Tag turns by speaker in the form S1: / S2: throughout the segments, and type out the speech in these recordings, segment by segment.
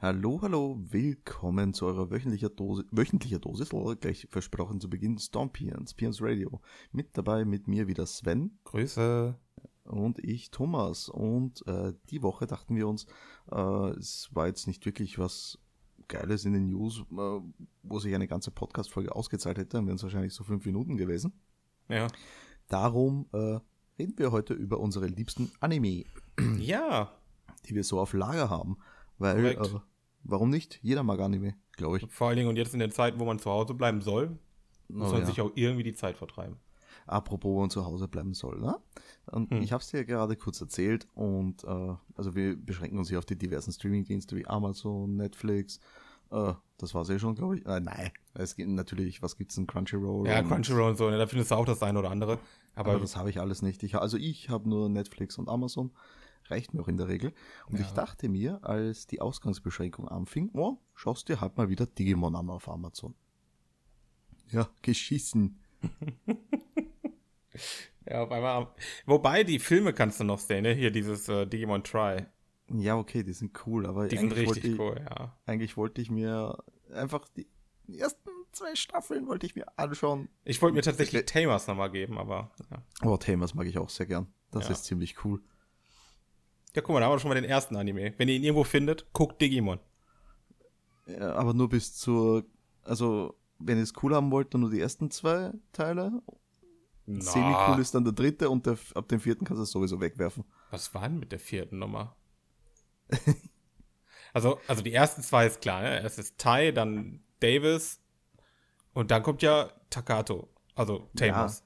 S1: Hallo, hallo, willkommen zu eurer wöchentlicher Dosis, wöchentlicher Dosis, oh, gleich versprochen zu Beginn, Stormpians, Pians Radio. Mit dabei mit mir wieder Sven
S2: Grüße.
S1: und ich Thomas. Und äh, die Woche dachten wir uns, äh, es war jetzt nicht wirklich was Geiles in den News, äh, wo sich eine ganze Podcast-Folge ausgezahlt hätte, dann wären es wahrscheinlich so fünf Minuten gewesen.
S2: Ja.
S1: Darum äh, reden wir heute über unsere liebsten Anime,
S2: ja,
S1: die wir so auf Lager haben. Weil,
S2: Korrekt.
S1: äh, warum nicht? Jeder mag Anime, glaube ich.
S2: vor allen Dingen und jetzt in den Zeiten, wo man zu Hause bleiben soll, muss
S1: Oh,
S2: man
S1: ja.
S2: sich auch irgendwie die Zeit vertreiben.
S1: apropos wo man zu Hause bleiben soll. Ne? Und
S2: Hm.
S1: ich habe es dir gerade kurz erzählt und äh, also wir beschränken uns hier auf die diversen Streamingdienste wie Amazon, Netflix. Äh, das war's eh schon, glaube ich. Äh, nein, es gibt natürlich, was gibt's denn Crunchyroll?
S2: Ja,
S1: und-
S2: Crunchyroll und so, ne, da findest du auch das eine oder andere. Aber,
S1: Aber, das habe ich Oh alles nicht. Ich, ha- also ich habe nur Netflix und Amazon. Reicht mir auch in der Regel. Und
S2: Ja.
S1: ich dachte mir, als die Ausgangsbeschränkung anfing, oh, schaust dir halt mal wieder Digimon an auf Amazon. Ja, geschissen.
S2: ja, auf einmal. Wobei, die Filme kannst du noch sehen, ne? Hier dieses äh, Digimon Try.
S1: Ja, okay, die sind cool, aber
S2: Die sind
S1: eigentlich wollte
S2: richtig
S1: ich,
S2: cool, ja.
S1: Eigentlich wollte ich mir einfach die ersten zwei Staffeln wollte ich mir anschauen.
S2: Ich wollte mir tatsächlich Tamers nochmal geben, aber. Ja.
S1: Oh, Tamers mag ich auch sehr gern. Das
S2: Ja.
S1: ist ziemlich cool.
S2: ja, guck mal, da haben wir schon mal den ersten Anime. Wenn ihr ihn irgendwo findet, guckt Digimon.
S1: Ja, aber nur bis zur, also wenn ihr es cool haben wollt, dann nur die ersten zwei Teile. Semi-cool ist dann der dritte und der, ab dem vierten kannst du es sowieso wegwerfen.
S2: Was war denn mit der vierten Nummer? also, also die ersten zwei ist klar, ne? Es ist Tai, dann Davis und dann kommt ja Takato. Also Tamos.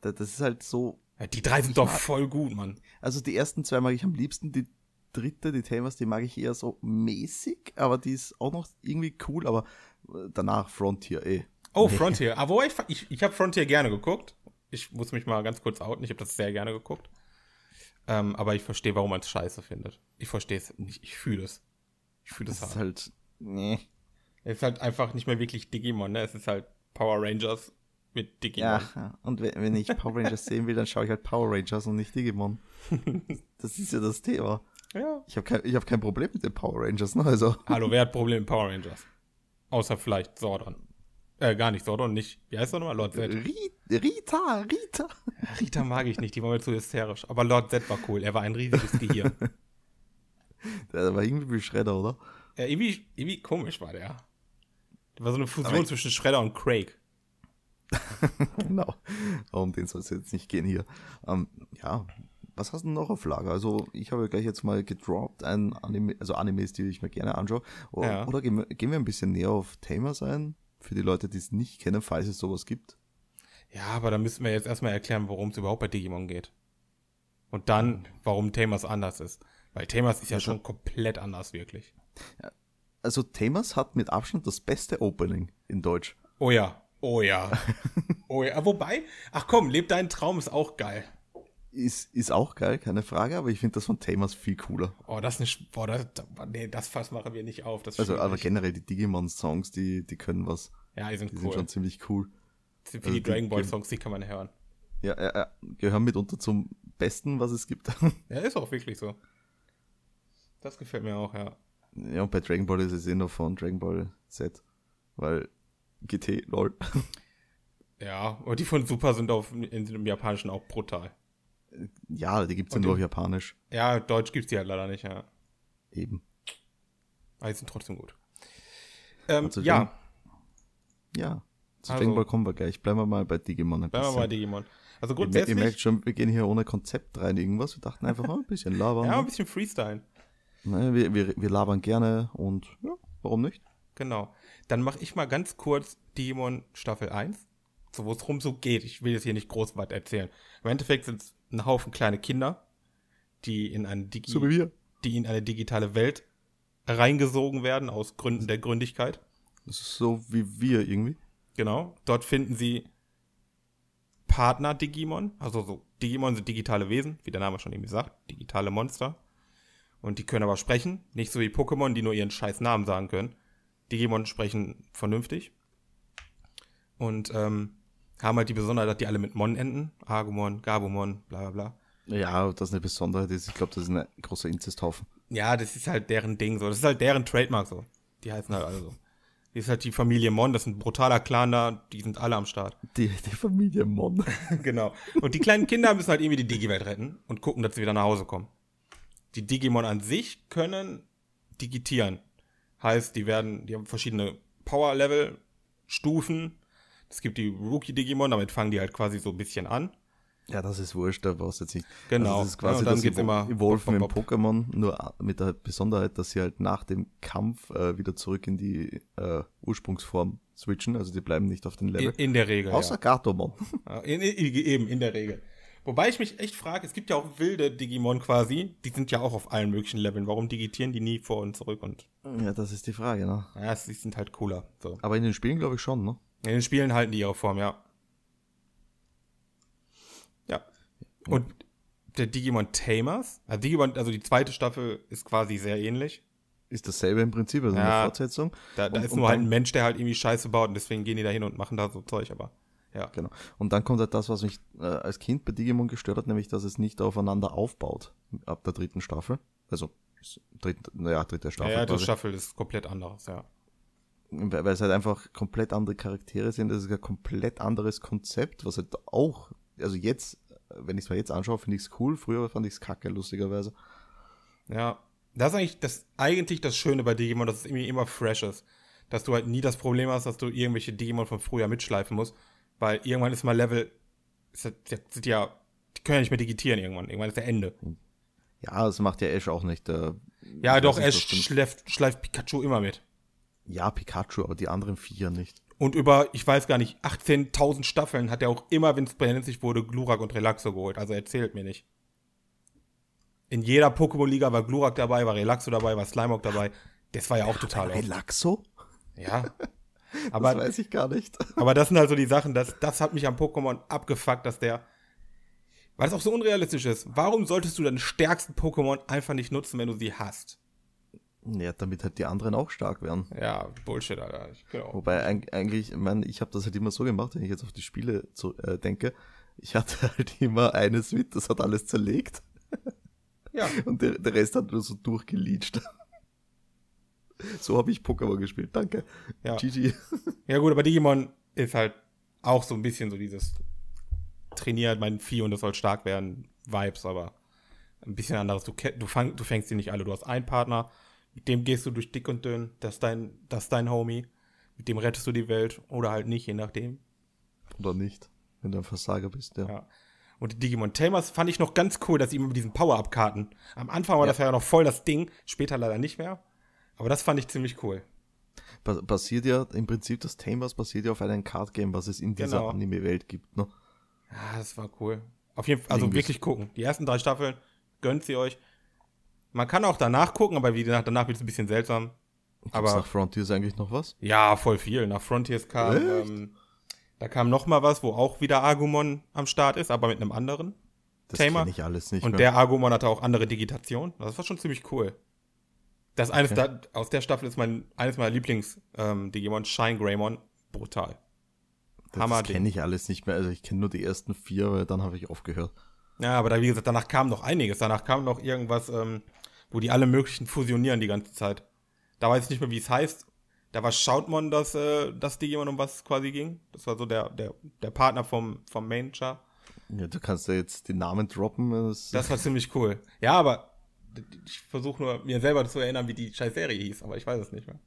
S1: Da- Das ist halt so,
S2: Ja. Die drei sind doch voll gut, Mann.
S1: also die ersten zwei mag ich am liebsten, die dritte, die Tamers, die mag ich eher so mäßig, aber die ist auch noch irgendwie cool, aber äh, danach Frontier, eh.
S2: Oh, Frontier. Aber wobei ich, fa- ich, ich habe Frontier gerne geguckt. Ich muss mich mal ganz kurz outen. Ich habe das sehr gerne geguckt. Ähm, aber ich verstehe, warum man es scheiße findet. Ich verstehe es. Ich, ich fühle es. Ich fühle es
S1: Das ist
S2: halt.
S1: halt, nee.
S2: Es ist halt einfach nicht mehr wirklich Digimon, ne? Es ist halt Power Rangers mit Digimon.
S1: Ja, und wenn, wenn ich Power Rangers sehen will, dann schaue ich halt Power Rangers und nicht Digimon. Das ist ja das Thema.
S2: ja.
S1: Ich habe kein, ich hab kein Problem mit den Power Rangers, ne? Also,
S2: Hallo, wer hat Probleme mit Power Rangers? Außer vielleicht Sordon. Äh, gar nicht Sordon, nicht. Wie heißt er nochmal? Lord Z.
S1: Ri- Rita, Rita.
S2: Rita mag ich nicht, die war mir zu hysterisch. Aber Lord Z war cool, er war ein riesiges Gehirn.
S1: Der war irgendwie wie Shredder, oder?
S2: ja, irgendwie, irgendwie komisch war der. Der war so eine Fusion
S1: Aber-
S2: zwischen Shredder und Craig.
S1: Genau. Um den soll es jetzt nicht gehen hier. Ähm, ja, was hast du denn noch auf Lager? Also, ich habe gleich jetzt mal gedroppt, ein Anime, also Animes, die ich mir gerne anschaue. O
S2: Ja.
S1: Oder gehen wir, gehen wir ein bisschen näher auf Tamers ein? Für die Leute, die es nicht kennen, falls es sowas gibt.
S2: Ja, aber da müssen wir jetzt erstmal erklären, worum es überhaupt bei Digimon geht. Und dann, warum Tamers anders ist. Weil Tamers ist ja
S1: Also-
S2: schon komplett anders, wirklich.
S1: Also, Tamers hat mit Abstand das beste Opening in Deutsch.
S2: Oh ja, oh ja. oh ja. Wobei, ach komm, leb deinen Traum ist auch geil.
S1: Ist, ist auch geil, keine Frage, aber ich finde das von Tamers viel cooler.
S2: Oh, das ist nicht. Boah, das, da- nee, das Fass machen wir nicht auf. Das
S1: Also,
S2: stimmt
S1: aber
S2: nicht.
S1: generell die Digimon-Songs, die, die können was.
S2: Ja, die sind
S1: Die
S2: cool.
S1: sind schon ziemlich cool.
S2: Für die
S1: also die
S2: Dragon Ball
S1: gehen-
S2: Songs, die kann man hören.
S1: Ja, ja, ja, gehören mitunter zum Besten, was es gibt.
S2: Ja, ist auch wirklich so. Das gefällt mir auch, ja.
S1: ja, und bei Dragon Ball ist es eh nur von Dragon Ball Z. Weil GT, lol.
S2: Ja, und die von Super sind auf in, im Japanischen auch brutal.
S1: ja, die gibt's ja
S2: Und
S1: nur
S2: im-
S1: auf Japanisch.
S2: Ja, Deutsch gibt's die halt leider nicht, ja.
S1: Eben.
S2: Aber die sind trotzdem gut. Ähm,
S1: Also
S2: ja,
S1: Ja. Zu
S2: Also-
S1: Dragon Ball kommen wir gleich. Bleiben wir mal bei Digimon ein
S2: bleiben wir
S1: bisschen.
S2: mal bei Digimon. Also
S1: Ihr mer- ihr merkt
S2: grundsätzlich,
S1: schon, wir gehen hier ohne Konzept rein irgendwas. Wir dachten einfach, oh, ein bisschen labern.
S2: ja,
S1: ne?
S2: ein bisschen Freestyle.
S1: Ne, wir, wir, wir labern gerne und ja, warum nicht?
S2: Genau. Dann mache ich mal ganz kurz Digimon Staffel 1. So, wo es rum so geht. Ich will jetzt hier nicht groß weit erzählen. Im Endeffekt sind es ein Haufen kleine Kinder, die in, eine Digi
S1: So wie wir.
S2: die in eine digitale Welt reingesogen werden, aus Gründen der Gründigkeit.
S1: So wie wir irgendwie.
S2: Genau. Dort finden sie Partner Digimon. Also so, Digimon sind digitale Wesen, wie der Name schon eben sagt. Digitale Monster. Und die können aber sprechen. Nicht so wie Pokémon, die nur ihren scheiß Namen sagen können. Digimon sprechen vernünftig. Und ähm, haben halt die Besonderheit, dass die alle mit Mon enden. Agumon, Gabumon, bla bla bla.
S1: Ja, ob das eine Besonderheit ist, ich glaube, das ist ein großer Inzesthaufen.
S2: Ja, das ist halt deren Ding so. Das ist halt deren Trademark so. Die heißen halt alle so. Die ist halt die Familie Mon, das ist ein brutaler Clan da, die sind alle am Start.
S1: Die, die Familie Mon.
S2: genau. Und die kleinen Kinder müssen halt irgendwie die Digi-Welt retten und gucken, dass sie wieder nach Hause kommen. Die Digimon an sich können digitieren. Heißt, die werden, die haben verschiedene Power-Level, Stufen. Es gibt die Rookie-Digimon, damit fangen die halt quasi so ein bisschen an.
S1: Ja, das ist wurscht, da brauchst du jetzt nicht.
S2: Genau.
S1: Also das ist quasi
S2: Ja, und dann
S1: das
S2: geht's immer
S1: Evo- Evolven
S2: bop, bop,
S1: im Pokémon, nur mit der Besonderheit, dass sie halt nach dem Kampf äh, wieder zurück in die äh, Ursprungsform switchen, also die bleiben nicht auf den
S2: In,
S1: Level.
S2: in der Regel.
S1: Außer
S2: ja.
S1: Gatomon.
S2: Ja, In, in, eben, in der Regel. Wobei ich mich echt frage, es gibt ja auch wilde Digimon quasi, die sind ja auch auf allen möglichen Leveln. Warum digitieren die nie vor und zurück? Und
S1: Ja, das ist die Frage, ne?
S2: ja, sie sind halt cooler. So.
S1: Aber in den Spielen glaube ich schon, ne?
S2: In den Spielen halten die ihre Form, ja. Ja. Und der Digimon Tamers, also Digimon, also die zweite Staffel ist quasi sehr ähnlich.
S1: Ist dasselbe im Prinzip, also
S2: Ja.
S1: eine Fortsetzung.
S2: Da, da
S1: Und-
S2: ist
S1: und
S2: nur halt
S1: dann-
S2: ein Mensch, der halt irgendwie Scheiße baut und deswegen gehen die da hin und machen da so Zeug, aber ja.
S1: Genau. Und dann kommt halt das, was mich äh, als Kind bei Digimon gestört hat, nämlich, dass es nicht aufeinander aufbaut ab der dritten Staffel. Also, s- dritt, naja, dritte
S2: Ja,
S1: Staffel.
S2: ja, die
S1: quasi.
S2: Staffel ist komplett anderes, ja.
S1: weil weil es halt einfach komplett andere Charaktere sind. Es ist ein komplett anderes Konzept, was halt auch, also jetzt, wenn ich es mir jetzt anschaue, finde ich es cool. Früher fand ich es kacke, lustigerweise.
S2: Ja, das ist eigentlich das, eigentlich das Schöne bei Digimon, dass es irgendwie immer fresh ist. Dass du halt nie das Problem hast, dass du irgendwelche Digimon von früher mitschleifen musst, weil irgendwann ist mal Level, ist das, das sind ja, die können ja nicht mehr digitieren irgendwann, irgendwann ist der Ende.
S1: Ja, das macht ja Ash auch nicht. Äh,
S2: Ja,
S1: ich
S2: doch,
S1: weiß
S2: er
S1: nicht, was
S2: schleift, schleift Pikachu immer mit.
S1: du- Ja, Pikachu, aber die anderen vier nicht.
S2: Und über, ich weiß gar nicht, 18.000 Staffeln hat er auch immer, wenn es brenzlig wurde, Glurak und Relaxo geholt. Also er zählt mir nicht. In jeder Pokémon-Liga war Glurak dabei, war Relaxo dabei, war Slimeock dabei. Das war ja auch total oft.
S1: Relaxo?
S2: Ja. Aber
S1: das weiß ich gar nicht.
S2: Aber das sind halt so die Sachen, das, das hat mich am Pokémon abgefuckt, dass der. Weil es auch so unrealistisch ist. Warum solltest du deine stärksten Pokémon einfach nicht nutzen, wenn du sie hast?
S1: Ja, damit halt die anderen auch stark werden.
S2: Ja, Bullshit, Alter. Ich genau. kann auch.
S1: Wobei eig- eigentlich, ich meine, ich habe das halt immer so gemacht, wenn ich jetzt auf die Spiele zu, äh, denke. Ich hatte halt immer eine Suite, das hat alles zerlegt
S2: Ja,
S1: und der, der Rest hat nur so durchgeleatscht. So habe ich Pokémon gespielt, danke.
S2: ja.
S1: GG.
S2: ja, gut, aber Digimon ist halt auch so ein bisschen so dieses Trainier mein Vieh und es soll stark werden, Vibes, aber ein bisschen anderes. Du, ke- du, fang, du fängst sie nicht alle. Du hast einen Partner, mit dem gehst du durch dick und dünn, das ist dein, das ist dein Homie, mit dem rettest du die Welt oder halt nicht, je nachdem.
S1: Oder nicht, wenn du ein Versager bist, ja.
S2: Ja. Und die Digimon Tamers fand ich noch ganz cool, dass sie immer mit diesen Power-Up karten. Am Anfang war das ja noch voll das Ding, später leider nicht mehr. Aber das fand ich ziemlich cool.
S1: Bas basiert ja im Prinzip, das Tamers basiert ja auf einem Card Game, was es in dieser
S2: Genau.
S1: Anime-Welt gibt. Ne?
S2: Ja, das war cool. Auf jeden Fall, also
S1: Irgendwie.
S2: wirklich gucken. Die ersten drei Staffeln, gönnt sie euch. Man kann auch danach gucken, aber wie gesagt, danach wird es ein bisschen seltsam.
S1: Gibt's
S2: Aber-
S1: nach Frontiers eigentlich noch was?
S2: Ja, voll viel. Nach Frontiers kam,
S1: Echt?
S2: ähm, da kam noch mal was, wo auch wieder Argumon am Start ist, aber mit einem anderen.
S1: Das
S2: Tamer.
S1: kenn ich alles nicht
S2: Und
S1: mehr.
S2: der Agumon hatte auch andere Digitationen. Das war schon ziemlich cool. Das eines
S1: Okay.
S2: da, aus der Staffel ist mein eines meiner Lieblings-Digimon, Shine Greymon. Brutal.
S1: das
S2: Hammerding.
S1: kenne ich alles nicht mehr. Also ich kenne nur die ersten vier, weil dann habe ich aufgehört.
S2: Ja, aber da, wie gesagt, danach kam noch einiges. Danach kam noch irgendwas, ähm, wo die alle möglichen fusionieren die ganze Zeit. Da weiß ich nicht mehr, wie es heißt. Da war Shoutmon, das, äh, das Digimon, um was es quasi ging. Das war so der, der, der Partner vom, vom Manager.
S1: Ja, du kannst ja jetzt die Namen droppen. Das,
S2: Das war ziemlich cool. Ja, aber ich versuche nur, mir selber zu erinnern, wie die scheiß Serie hieß, aber ich weiß es nicht mehr.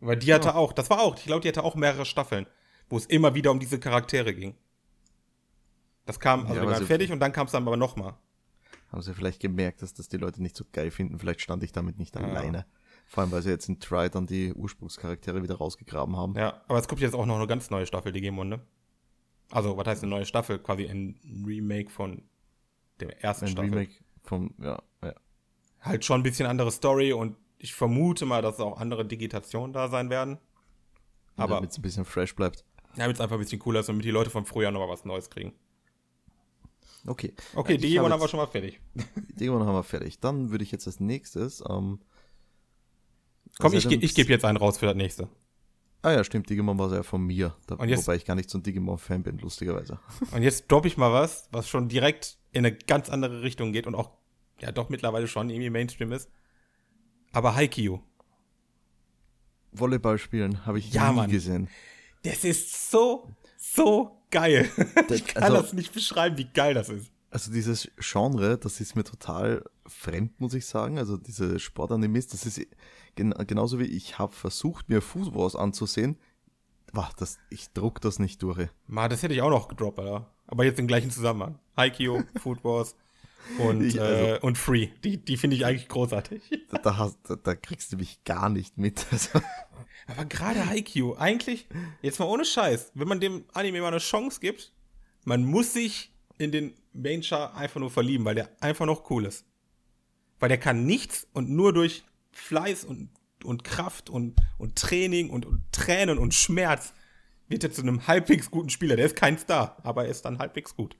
S2: Weil die hatte auch, das war auch, ich glaube, die hatte auch mehrere Staffeln, wo es immer wieder um diese Charaktere ging. Das kam, also
S1: Ja,
S2: die
S1: aber
S2: waren
S1: sie-
S2: fertig und dann kam es dann aber nochmal.
S1: haben sie vielleicht gemerkt, dass das die Leute nicht so geil finden. Vielleicht stand ich damit nicht
S2: Ja.
S1: alleine. Vor allem, weil sie jetzt in Try dann die Ursprungscharaktere wieder rausgegraben haben.
S2: Ja, aber es kommt jetzt auch noch eine ganz neue Staffel, Digimon, ne? Also, was heißt eine neue Staffel? Quasi ein Remake von der ersten
S1: Ein
S2: Staffel.
S1: Remake vom, ja, ja.
S2: Halt schon ein bisschen andere Story und ich vermute mal, dass auch andere Digitationen da sein werden. Aber
S1: Damit es ein bisschen fresh bleibt.
S2: Damit es einfach ein bisschen cooler ist, damit die Leute von früher nochmal was Neues kriegen.
S1: Okay.
S2: Okay,
S1: Ich
S2: Digimon
S1: hab
S2: haben wir
S1: jetzt-
S2: schon mal fertig.
S1: Digimon haben wir fertig. Dann würde ich jetzt als nächstes, ähm,
S2: Komm,
S1: was
S2: ich,
S1: ja Also
S2: ge-
S1: dann-
S2: ich gebe jetzt einen raus für das nächste.
S1: Ah ja, stimmt, Digimon war ja von mir. Da,
S2: Und jetzt-
S1: wobei ich gar nicht so ein Digimon-Fan bin, lustigerweise.
S2: Und jetzt droppe ich mal was, was schon direkt in eine ganz andere Richtung geht und auch ja doch mittlerweile schon irgendwie Mainstream ist. Aber Haikyuu.
S1: Volleyball spielen habe ich
S2: Ja,
S1: nie
S2: Mann.
S1: gesehen.
S2: Das ist so, so geil. ich kann
S1: also-
S2: das nicht beschreiben, wie geil das ist.
S1: Also dieses Genre, das ist mir total fremd, muss ich sagen. Also diese Sportanimes, das ist gen genauso wie ich habe versucht, mir Food Wars anzusehen. Wah, das, ich druck das nicht durch.
S2: Ma, das hätte ich auch noch gedroppt, Alter. Aber jetzt im gleichen Zusammenhang. Haikyuu, Food Wars und,
S1: Ich- also-
S2: äh, und Free. Die, die finde ich eigentlich großartig.
S1: Da, da, hast, da, da kriegst du mich gar nicht mit. Also,
S2: Aber gerade Haikyuu, eigentlich, jetzt mal ohne Scheiß, wenn man dem Anime mal eine Chance gibt, man muss sich in den Main Char einfach nur verlieben, weil der einfach noch cool ist. Weil der kann nichts und nur durch Fleiß und, und Kraft und, und Training und, und Tränen und Schmerz wird er zu einem halbwegs guten Spieler. Der ist kein Star, aber er ist dann halbwegs gut.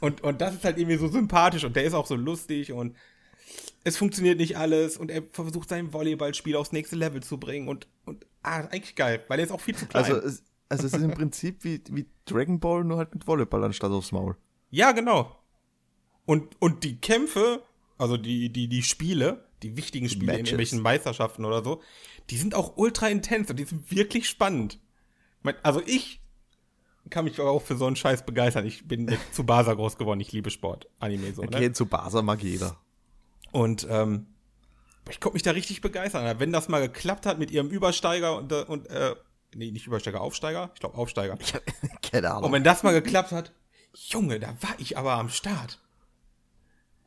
S2: und, und das ist halt irgendwie so sympathisch und der ist auch so lustig und es funktioniert nicht alles und er versucht sein Volleyballspiel aufs nächste Level zu bringen und, und ah, eigentlich geil, weil er ist auch viel zu klein.
S1: also, es, also es ist im Prinzip wie, wie Dragon Ball, nur halt mit Volleyball anstatt aufs Maul.
S2: Ja, genau. Und, und die Kämpfe, also die, die, die Spiele, die wichtigen Spiele in
S1: Matches.
S2: irgendwelchen Meisterschaften oder so, die sind auch ultra intens und die sind wirklich spannend. Ich mein, Also ich kann mich auch für so einen Scheiß begeistern. Ich bin mit Tsubasa groß geworden. Ich liebe Sport, Anime so.
S1: Okay,
S2: Ne?
S1: zu Basa mag jeder.
S2: Und ähm, ich konnte mich da richtig begeistern. Wenn das mal geklappt hat mit ihrem Übersteiger und, äh, und äh, nee, nicht Übersteiger, Aufsteiger. Ich glaube Aufsteiger.
S1: Keine Ahnung.
S2: Und wenn das mal geklappt hat, Junge, da war ich aber am Start.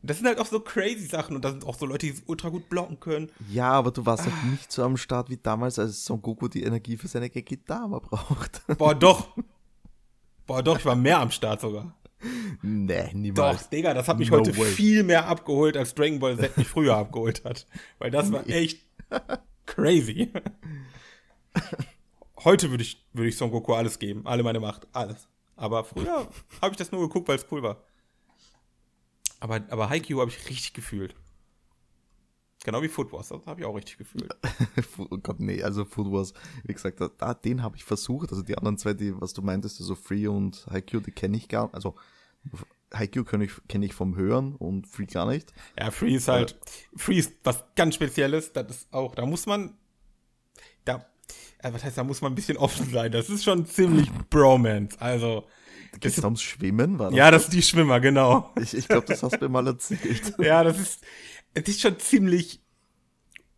S2: Das sind halt auch so crazy Sachen und da sind auch so Leute, die ultra gut blocken können.
S1: Ja, aber du warst halt nicht so am Start wie damals, als Son Goku die Energie für seine Gekidama braucht.
S2: Boah, doch. Boah, doch, ich war mehr am Start sogar.
S1: nee,
S2: Doch,
S1: niemals.
S2: Digga, das hat mich
S1: No
S2: heute
S1: way.
S2: viel mehr abgeholt, als Dragon Ball Z mich früher abgeholt hat. Weil das war echt crazy. Heute würde ich, würde ich Son Goku alles geben, alle meine Macht, alles. Aber früher habe ich das nur geguckt, weil es cool war. Aber, aber Haikyuu habe ich richtig gefühlt. Genau wie Foot Wars, das habe ich auch richtig gefühlt.
S1: Fu- Oh Gott, nee, also Food Wars, wie gesagt, da- da, den habe ich versucht. Also die anderen zwei, die, was du meintest, also Free und Haikyuu, die kenne ich gar Also Haikyuu kenne ich, kenn ich vom Hören und Free gar nicht.
S2: Ja, Free ist halt, Free ist was ganz Spezielles, das ist auch, da muss man, da, also was heißt, da muss man ein bisschen offen sein, das ist schon ziemlich Bromance, also,
S1: Geht's da ums Schwimmen? War das?
S2: ja, das sind die Schwimmer, genau.
S1: Ich, ich glaube, das hast du mir mal erzählt.
S2: Ja, das ist, es ist schon ziemlich,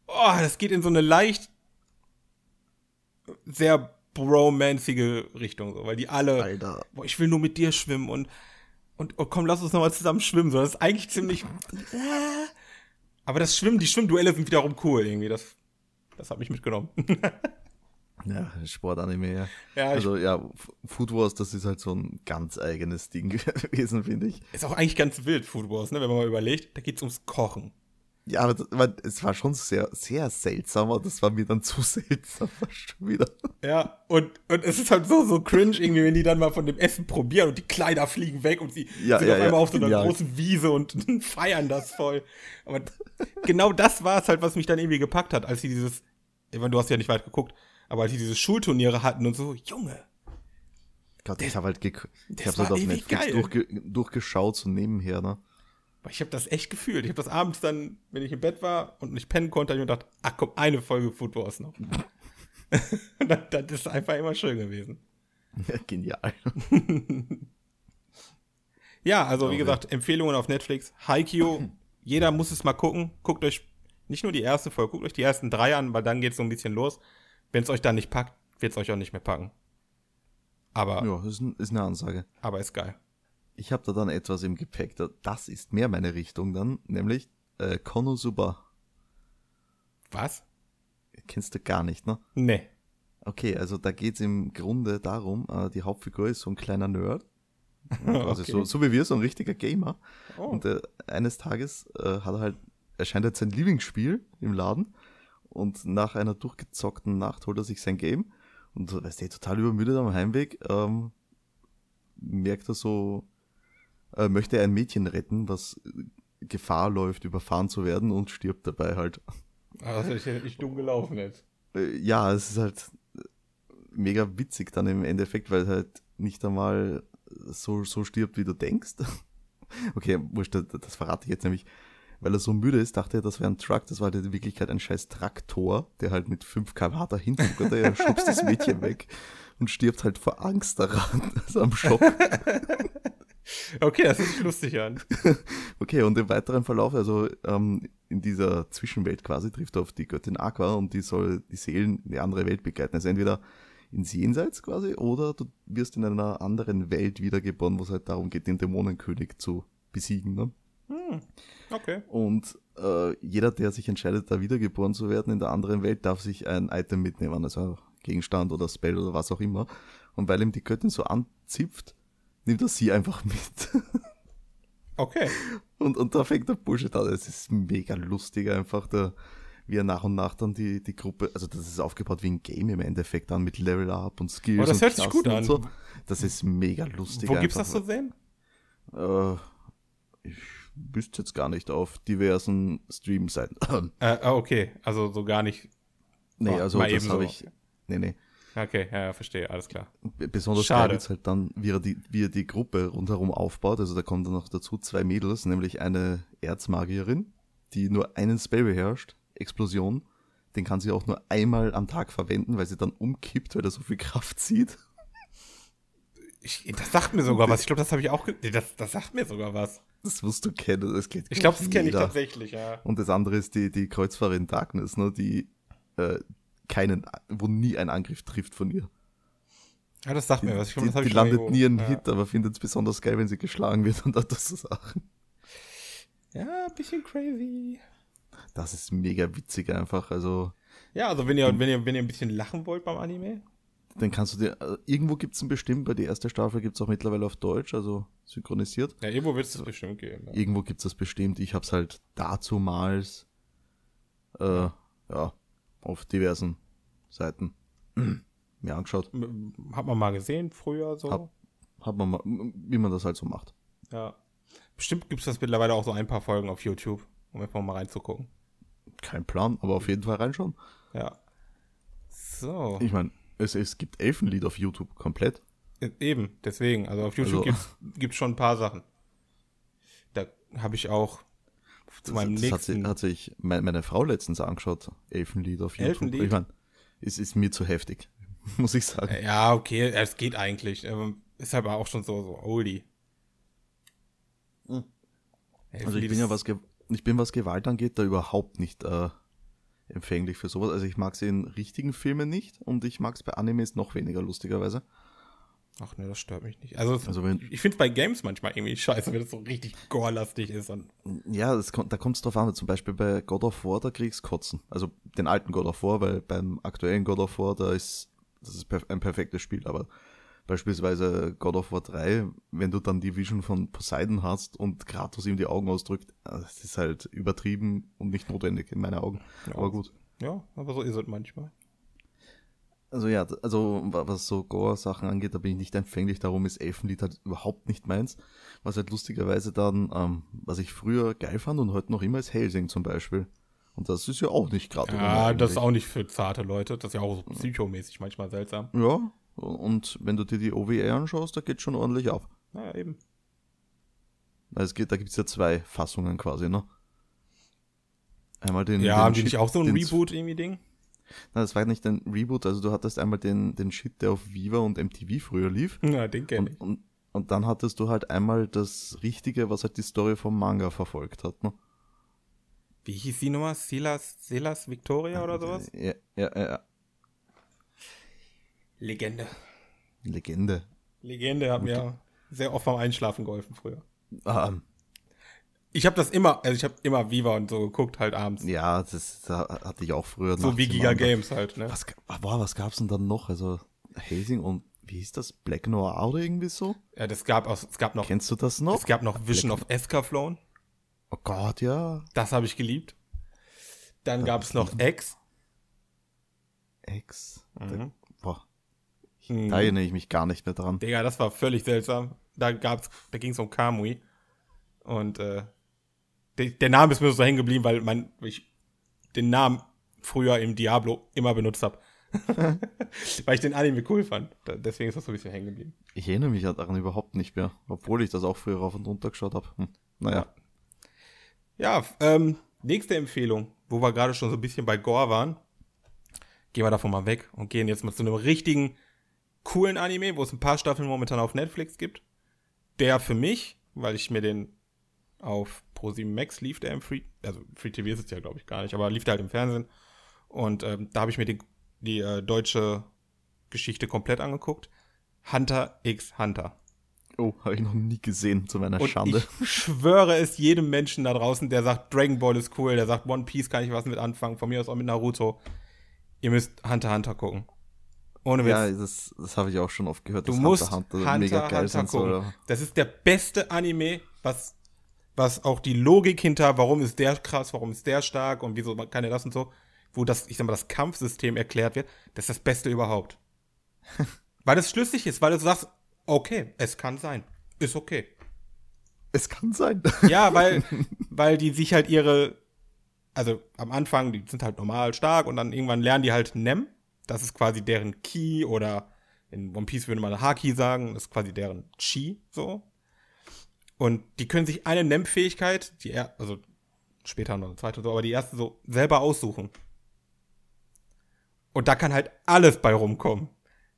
S2: oh, das geht in so eine leicht, sehr bromancige Richtung, so, weil die alle,
S1: Alter.
S2: boah, ich will nur mit dir schwimmen und, und oh, komm, lass uns nochmal zusammen schwimmen. So, das ist eigentlich ziemlich. Aber das Schwimmen, die Schwimmduelle sind wiederum cool irgendwie. Das, das hat mich mitgenommen.
S1: Ja, Sportanime, ja.
S2: Ja, ich-
S1: also ja, F- Food Wars, das ist halt so ein ganz eigenes Ding gewesen, finde ich.
S2: Ist auch eigentlich ganz wild, Food Wars, ne? wenn man mal überlegt. Da geht's ums Kochen.
S1: Ja, aber das, aber es war schon sehr, sehr seltsam, aber das war mir dann zu seltsam fast schon wieder.
S2: Ja, und, und es ist halt so, so cringe irgendwie, wenn die dann mal von dem Essen probieren und die Kleider fliegen weg und sie
S1: Ja,
S2: sind
S1: ja,
S2: auf
S1: ja,
S2: einmal auf so einer
S1: genial.
S2: großen Wiese und feiern das voll. Aber genau das war es halt, was mich dann irgendwie gepackt hat, als sie dieses, ich meine, du hast ja nicht weit geguckt, aber als sie diese Schulturniere hatten und so, Junge,
S1: Gott, ich habe halt gek ich
S2: das
S1: hab so
S2: war
S1: auf
S2: ewig
S1: Netflix
S2: geil.
S1: durchge durchgeschaut, so nebenher, ne?
S2: Weil ich habe das echt gefühlt. Ich habe das abends dann, wenn ich im Bett war und nicht pennen konnte, hab ich mir gedacht, ach komm, eine Folge Food Wars noch. das, das ist einfach immer schön gewesen.
S1: Ja, genial.
S2: Ja, also wie
S1: Okay.
S2: gesagt, Empfehlungen auf Netflix. Haikyuu, jeder muss es mal gucken. Guckt euch nicht nur die erste Folge, guckt euch die ersten drei an, weil dann geht's so ein bisschen los. Wenn es euch dann nicht packt, wird's euch auch nicht mehr packen. Aber,
S1: Ja, ist, ein, ist eine Ansage.
S2: aber ist geil.
S1: Ich habe da dann etwas im Gepäck. da- Das ist mehr meine Richtung dann, nämlich äh, Konosuba.
S2: Was?
S1: Kennst du gar nicht, ne?
S2: Nee.
S1: Okay, also da geht's im Grunde darum, äh, die Hauptfigur ist so ein kleiner Nerd.
S2: Ah,
S1: Also so, so wie wir, so ein richtiger Gamer.
S2: Oh.
S1: Und äh, eines Tages äh, hat er halt, erscheint halt sein Lieblingsspiel im Laden und nach einer durchgezockten Nacht holt er sich sein Game und so, weißt du, total übermüdet am Heimweg, ähm, merkt er so, äh, möchte er ein Mädchen retten, was äh, Gefahr läuft, überfahren zu werden und stirbt dabei halt.
S2: Also, ich hätte nicht dumm gelaufen jetzt.
S1: Äh, ja, es ist halt äh, mega witzig dann im Endeffekt, weil halt nicht einmal so, so stirbt, wie du denkst. Okay, wurscht, das, das verrate ich jetzt nämlich. weil er so müde ist, dachte er, das wäre ein Truck. Das war halt in Wirklichkeit ein scheiß Traktor, der halt mit 5 km/h dahin guckt. Er schubst das Mädchen weg und stirbt halt vor Angst daran, also am Schock.
S2: Okay, das ist lustig an.
S1: Okay, und im weiteren Verlauf, also ähm, in dieser Zwischenwelt quasi, trifft er auf die Göttin Aqua und die soll die Seelen in die andere Welt begleiten. Also entweder ins Jenseits quasi oder du wirst in einer anderen Welt wiedergeboren, wo es halt darum geht, den Dämonenkönig zu besiegen. Ne?
S2: Hm. Okay.
S1: Und äh, jeder, der sich entscheidet, da wiedergeboren zu werden in der anderen Welt, darf sich ein Item mitnehmen, also Gegenstand oder Spell oder was auch immer. Und weil ihm die Göttin so anzipft, nimmt er sie einfach mit.
S2: Okay.
S1: Und, und da fängt der Bullshit an. Es ist mega lustig einfach, da, wie er nach und nach dann die, die Gruppe, also das ist aufgebaut wie ein Game im Endeffekt dann mit Level Up und Skills.
S2: Oh, das
S1: und
S2: hört sich
S1: Klassen
S2: gut
S1: und
S2: an.
S1: So. Das ist mega lustig.
S2: Wo gibt's das
S1: einfach.
S2: zu sehen?
S1: Äh, ich wüsste jetzt gar nicht auf diversen Stream-Seiten.
S2: Äh, ah, okay, also so gar nicht.
S1: nee,
S2: Ah,
S1: also
S2: mal
S1: das
S2: eben
S1: habe
S2: so.
S1: ich. Nee, nee.
S2: Okay, ja, ja, verstehe, alles klar.
S1: B- Besonders
S2: Schade.
S1: geil ist halt dann, wie er, die, wie er die Gruppe rundherum aufbaut. Also da kommen dann noch dazu zwei Mädels, nämlich eine Erzmagierin, die nur einen Spell beherrscht, Explosion. Den kann sie auch nur einmal am Tag verwenden, weil sie dann umkippt, weil er so viel Kraft zieht.
S2: Ich, das sagt mir sogar was. Ich glaube, das habe ich auch. ge- Nee, Das, das sagt mir sogar was.
S1: Das musst du kennen. Das kennt
S2: Ich glaube, das kenne ich
S1: jeder.
S2: tatsächlich, ja.
S1: Und das andere ist die, die Kreuzfahrerin Darkness, ne, die äh, keinen, wo nie ein Angriff trifft von ihr.
S2: Ja, das sagt
S1: Die,
S2: mir was. Ich glaub,
S1: die,
S2: das hab
S1: die
S2: ich schon
S1: landet
S2: irgendwo.
S1: nie einen
S2: ja.
S1: Hit, aber findet es besonders geil, wenn sie geschlagen wird und all das so Sachen.
S2: Ja, ein bisschen crazy.
S1: Das ist mega witzig einfach. Also,
S2: Ja, also wenn
S1: Hm.
S2: ihr, wenn ihr, wenn ihr ein bisschen lachen wollt beim Anime.
S1: dann kannst du dir, also irgendwo gibt's ihn bestimmt, bei der ersten Staffel gibt's auch mittlerweile auf Deutsch, also synchronisiert.
S2: Ja, irgendwo wird es bestimmt geben. Ja.
S1: Irgendwo gibt's das bestimmt. Ich hab's halt dazumals, äh, ja, auf diversen Seiten mir angeschaut.
S2: M- Hat man mal gesehen früher so.
S1: Hab- Hat man mal, wie man das halt so macht.
S2: Ja. Bestimmt gibt es das mittlerweile auch so ein paar Folgen auf YouTube, um einfach mal reinzugucken.
S1: Kein Plan, aber auf jeden Fall reinschauen.
S2: Ja. So.
S1: Ich meine, es, es gibt Elfenlied auf YouTube komplett.
S2: E- Eben, deswegen. Also auf
S1: Also-
S2: YouTube gibt's gibt's schon ein paar Sachen. Da habe ich auch zu
S1: das,
S2: meinem
S1: das hat,
S2: nächsten.
S1: sich, hat sich mein, meine Frau letztens angeschaut, Elfenlied auf YouTube.
S2: Elfenlied?
S1: Ich meine, es ist mir zu heftig, muss ich sagen.
S2: ja, okay, es geht eigentlich. aber Ist aber auch schon so, so oldie.
S1: Mhm.
S2: Ey,
S1: Also ich
S2: Philipp,
S1: bin ja was, Ge- ich bin was Gewalt angeht, da überhaupt nicht äh, empfänglich für sowas. Also ich mag es in richtigen Filmen nicht und ich mag es bei Animes noch weniger, lustigerweise.
S2: Ach ne, das stört mich nicht. Also, es-
S1: Also wenn-
S2: ich finde es bei Games manchmal irgendwie scheiße, wenn es so richtig gore-lastig ist. Und,
S1: Ja, das kommt, da kommt es drauf an. Zum Beispiel bei God of War, da krieg's Kotzen. Also den alten God of War, weil beim aktuellen God of War, da ist, das ist perf- ein perfektes Spiel, aber beispielsweise God of War 3, wenn du dann die Vision von Poseidon hast und Kratos ihm die Augen ausdrückt, ah, das ist halt übertrieben und nicht notwendig in meinen Augen.
S2: Ja.
S1: Aber gut.
S2: ja, aber so ist es manchmal.
S1: Also ja, d- also wa- was so Gore-Sachen angeht, da bin ich nicht empfänglich, darum ist Elfenlied halt überhaupt nicht meins. Was halt lustigerweise dann, ähm, was ich früher geil fand und heute noch immer, ist Helsing zum Beispiel. Und das ist ja auch nicht gerade.
S2: Ja,
S1: ohne
S2: das ist
S1: eigentlich.
S2: auch nicht für zarte Leute. Das ist ja auch so psychomäßig manchmal seltsam.
S1: Ja, und wenn du dir die OVA anschaust, da geht schon ordentlich auf.
S2: Naja, eben.
S1: Also es geht, da gibt's ja zwei Fassungen quasi, ne? Einmal den.
S2: Ja,
S1: den
S2: haben die
S1: Shit-
S2: nicht auch so ein
S1: den-
S2: Reboot-irgendwie-Ding?
S1: Nein, das war nicht ein Reboot, also du hattest einmal den, den Shit, der auf Viva und MTV früher lief.
S2: Na, den kenn ich.
S1: Und, und, und dann hattest du halt einmal das Richtige, was halt die Story vom Manga verfolgt hat. Ne?
S2: Wie hieß die Nummer? Silas, Silas Victoria oder sowas?
S1: Ja, ja, ja, ja.
S2: Legende.
S1: Legende.
S2: Legende hat mir sehr oft beim Einschlafen geholfen früher.
S1: Ähm,
S2: Ich habe das immer, also ich habe immer Viva und so geguckt halt abends.
S1: ja, das da hatte ich auch früher.
S2: so
S1: nachts
S2: wie
S1: im
S2: Giga
S1: Manga.
S2: Games halt, ne?
S1: Was, ga- boah, was gab's denn dann noch? Also Hazing und wie hieß das? Black Noir oder irgendwie so?
S2: Ja, das gab auch, es gab noch,
S1: Kennst du das noch?
S2: es gab noch Vision of Escaflown.
S1: Oh Gott, ja.
S2: Das habe ich geliebt. Dann
S1: Das
S2: gab es noch X.
S1: Ex. Da,
S2: Mhm.
S1: boah,
S2: Mhm.
S1: da erinnere ich mich gar nicht mehr dran.
S2: Digga, das war völlig seltsam. Da gab's, da ging's um Kamui. Und äh, der, der Name ist mir so hängen geblieben, weil mein, weil ich den Namen früher im Diablo immer benutzt hab, weil ich den Anime cool fand. Da, deswegen ist das so ein bisschen hängen geblieben.
S1: Ich erinnere mich daran überhaupt nicht mehr, obwohl ich das auch früher rauf und runter geschaut habe. Hm. Naja.
S2: Ja, f- ähm, nächste Empfehlung, wo wir gerade schon so ein bisschen bei Gore waren. Gehen wir davon mal weg und gehen jetzt mal zu einem richtigen, coolen Anime, wo es ein paar Staffeln momentan auf Netflix gibt. Der für mich, weil ich mir den auf ProSieben Max lief, der im Free, also Free TV ist es ja, glaube ich, gar nicht, aber lief der halt im Fernsehen. Und ähm, da habe ich mir die, die äh, deutsche Geschichte komplett angeguckt. Hunter x Hunter.
S1: Oh, habe ich noch nie gesehen, zu meiner
S2: Und
S1: Schande.
S2: ich schwöre es jedem Menschen da draußen, der sagt, Dragon Ball ist cool, der sagt, One Piece kann ich was mit anfangen, von mir aus auch mit Naruto. Ihr müsst Hunter x Hunter gucken. Ohne Witz.
S1: ja, das, das habe ich auch schon oft gehört,
S2: du
S1: dass
S2: musst
S1: Hunter x
S2: Hunter,
S1: Hunter,
S2: Hunter,
S1: mega geil sein soll.
S2: gucken.
S1: aber-
S2: Das ist der beste Anime, was, was auch die Logik hinter, warum ist der krass, warum ist der stark und wieso kann er das und so, wo das, ich sag mal, das Kampfsystem erklärt wird, das ist das Beste überhaupt. weil es schlüssig ist, weil du sagst, okay, es kann sein. Ist okay.
S1: Es kann sein.
S2: Ja, weil, weil die sich halt ihre, also am Anfang, die sind halt normal stark und dann irgendwann lernen die halt Nem. Das ist quasi deren Ki oder in One Piece würde man Haki sagen, das ist quasi deren Chi, so. Und die können sich eine Nem-Fähigkeit, die er, also später noch eine zweite, so, aber die erste so selber aussuchen. Und da kann halt alles bei rumkommen.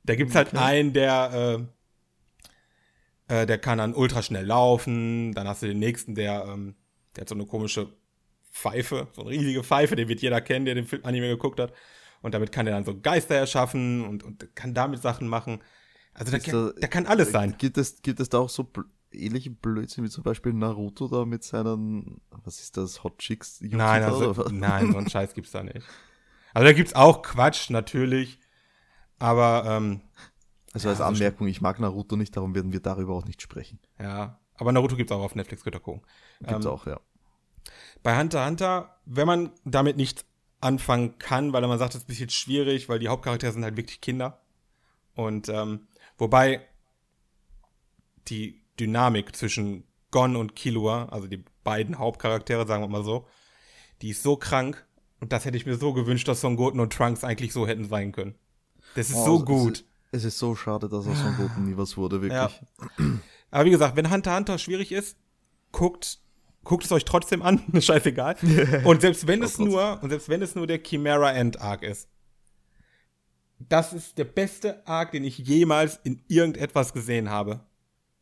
S2: Da gibt's halt einen, der, äh, äh, der kann dann ultraschnell laufen. Dann hast du den nächsten, der, ähm, der hat so eine komische Pfeife, so eine riesige Pfeife, den wird jeder kennen, der den Film Anime geguckt hat. Und damit kann er dann so Geister erschaffen und, und kann damit Sachen machen. Also da
S1: Ist äh,
S2: kann,
S1: da-
S2: da kann alles sein.
S1: Gibt es, gibt es da auch so bl ähnliche Blödsinn wie zum Beispiel Naruto da mit seinen, was ist das, Hot Chicks? Yuki
S2: Nein,
S1: da,
S2: also,
S1: oder was?
S2: nein, so einen Scheiß gibt's da nicht. Also da gibt's auch Quatsch, natürlich. Aber, ähm,
S1: also als
S2: ja, also-
S1: Anmerkung, ich mag Naruto nicht, darum werden wir darüber auch nicht sprechen.
S2: ja. Aber Naruto gibt's auch auf Netflix, könnt ihr gucken.
S1: Gibt's
S2: Ähm,
S1: auch, ja.
S2: Bei Hunter x Hunter, wenn man damit nichts anfangen kann, weil man sagt, das ist ein bisschen schwierig, weil die Hauptcharaktere sind halt wirklich Kinder. Und, ähm, wobei die Dynamik zwischen Gon und Killua, also die beiden Hauptcharaktere, sagen wir mal so, die ist so krank. Und das hätte ich mir so gewünscht, dass Son Goten und Trunks eigentlich so hätten sein können. also Das ist
S1: Oh,
S2: so
S1: es-
S2: gut.
S1: Es ist so schade, dass aus Son Goten nie was wurde, wirklich.
S2: Aber wie gesagt, wenn Hunter x Hunter schwierig ist, guckt, guckt es euch trotzdem an, ist scheißegal. Und selbst wenn es
S1: Schaut trotzdem.
S2: nur, und selbst wenn es nur der Chimera End Arc ist, das ist der beste Arc, den ich jemals in irgendetwas gesehen habe.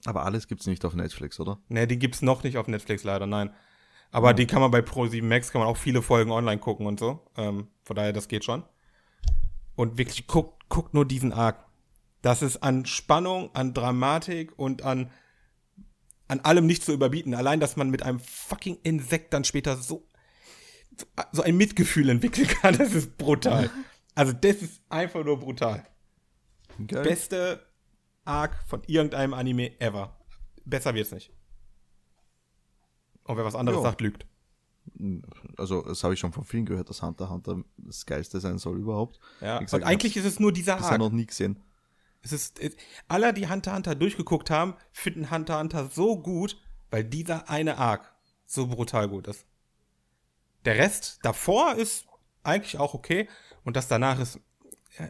S1: Aber alles gibt's nicht auf Netflix, oder?
S2: Ne, die gibt's noch nicht auf Netflix leider, nein. Aber die kann man bei Pro7 Max, kann man auch viele Folgen online gucken und so. Ähm, von daher, das geht schon. Und wirklich, guckt, guckt nur diesen Arc. Das ist an Spannung, an Dramatik und an, an allem nicht zu überbieten. Allein, dass man mit einem fucking Insekt dann später so, so, so ein Mitgefühl entwickeln kann, das ist brutal. Also, das ist einfach nur brutal.
S1: Geil.
S2: Beste Arc von irgendeinem Anime ever. Besser wird's nicht. Und wer was anderes
S1: Jo.
S2: sagt, lügt.
S1: also, das habe ich schon von vielen gehört, dass Hunter x Hunter das geilste sein soll überhaupt.
S2: Ja.
S1: Wie gesagt,
S2: und eigentlich ist es nur dieser
S1: ich habe
S2: Arc.
S1: noch nie gesehen.
S2: Es ist, es, alle, die Hunter x Hunter durchgeguckt haben, finden Hunter x Hunter so gut, weil dieser eine Arc so brutal gut ist. Der Rest davor ist eigentlich auch okay und das danach ist, ja,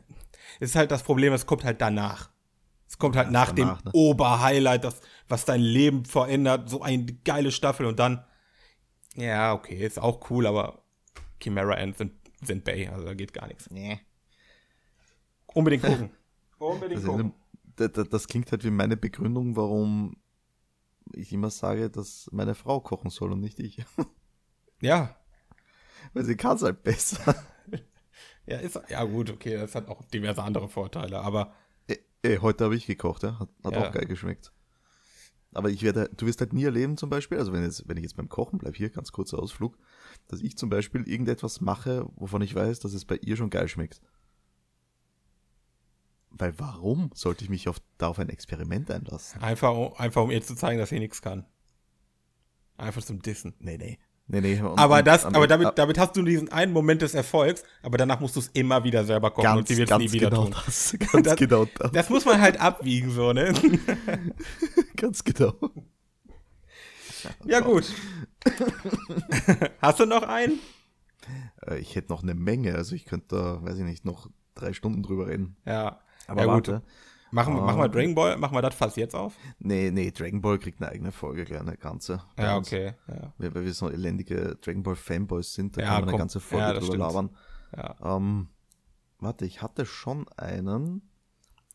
S2: ist halt das Problem, es kommt halt danach. Es kommt halt nach
S1: danach,
S2: dem
S1: ne?
S2: Oberhighlight, das, was dein Leben verändert, so eine geile Staffel und dann, ja, okay, ist auch cool, aber Chimera Ends sind, sind Bay, also da geht gar nichts.
S1: Nee.
S2: Unbedingt gucken. Unbedingt
S1: Also, in einem- da- da- das klingt halt wie meine Begründung, warum ich immer sage, dass meine Frau kochen soll und nicht ich. ne,
S2: Ja,
S1: Weil sie kann es halt besser.
S2: Ja, ist, ja gut, okay, das hat auch diverse andere Vorteile, aber
S1: Ey, ey, heute habe ich gekocht, ja? hat, hat
S2: Ja.
S1: auch geil geschmeckt. Aber ich werde, du wirst halt nie erleben zum Beispiel, also wenn, jetzt, wenn ich jetzt beim Kochen bleibe, hier ganz kurzer Ausflug, dass ich zum Beispiel irgendetwas mache, wovon ich weiß, dass es bei ihr schon geil schmeckt. Weil warum sollte ich mich auf, da auf ein Experiment einlassen?
S2: einfach, um- einfach um ihr zu zeigen, dass sie nichts kann. Einfach zum Dissen.
S1: Nee, nee. Nee, nee. und-
S2: aber
S1: und
S2: das,
S1: am-
S2: aber damit,
S1: ab-
S2: damit hast du diesen einen Moment des Erfolgs, aber danach musst du es immer wieder selber kochen und
S1: ganz,
S2: sie wird es
S1: ganz
S2: nie wieder
S1: genau
S2: tun.
S1: das.
S2: Und
S1: Ganz
S2: das-
S1: genau das.
S2: Das muss man halt abwiegen, so, ne?
S1: Ganz genau.
S2: ja, gut. hast du noch einen?
S1: Äh, Ich hätte noch eine Menge, also ich könnte da, weiß ich nicht, noch drei Stunden drüber reden.
S2: Ja.
S1: Aber
S2: ja,
S1: warte,
S2: Machen, wir-
S1: Ah.
S2: machen wir Dragon Ball, machen wir das Fass jetzt auf?
S1: Nee, nee, Dragon Ball kriegt eine eigene Folge, gleich eine ganze. bei
S2: Ja,
S1: uns.
S2: okay. Ja.
S1: Wir, weil wir so elendige Dragon Ball Fanboys sind, da
S2: Ja,
S1: kann man eine
S2: komm.
S1: ganze Folge
S2: Ja, das
S1: drüber labern.
S2: stimmt. Ja.
S1: Ähm, warte, ich hatte schon einen.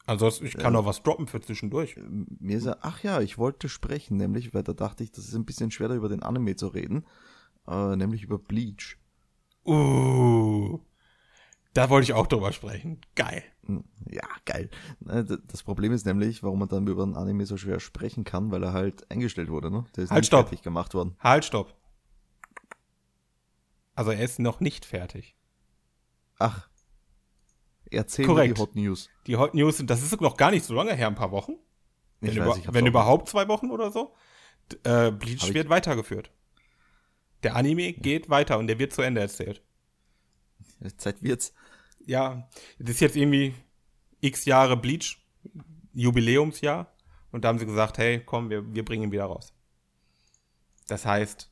S2: Ansonsten, ich kann noch was droppen für zwischendurch.
S1: Mir ist er, ach ja, ich wollte sprechen, nämlich, weil da dachte ich, das ist ein bisschen schwerer über den Anime zu reden, äh, nämlich über Bleach.
S2: Uh. Da wollte ich auch drüber sprechen. Geil.
S1: Hm, Ja, geil. Ne, d- Das Problem ist nämlich, warum man dann über einen Anime so schwer sprechen kann, weil er halt eingestellt wurde, ne? Der ist
S2: Halt,
S1: nicht
S2: stopp.
S1: fertig gemacht worden.
S2: Halt, stopp. Also er ist noch nicht fertig.
S1: Ach. Erzähl mir
S2: Korrekt.
S1: die Hot News.
S2: Die Hot News sind, das ist noch gar nicht so lange her, ein paar Wochen. Wenn, über,
S1: hab's
S2: wenn
S1: auch-
S2: überhaupt zwei Wochen oder so. D- Äh,
S1: Hab
S2: Bleach
S1: ich-
S2: wird weitergeführt. Der Anime geht weiter und der wird zu Ende erzählt.
S1: Zeit wird's.
S2: Ja, es ist jetzt irgendwie x Jahre Bleach, Jubiläumsjahr. Und da haben sie gesagt, hey, komm, wir, wir bringen ihn wieder raus. Das heißt,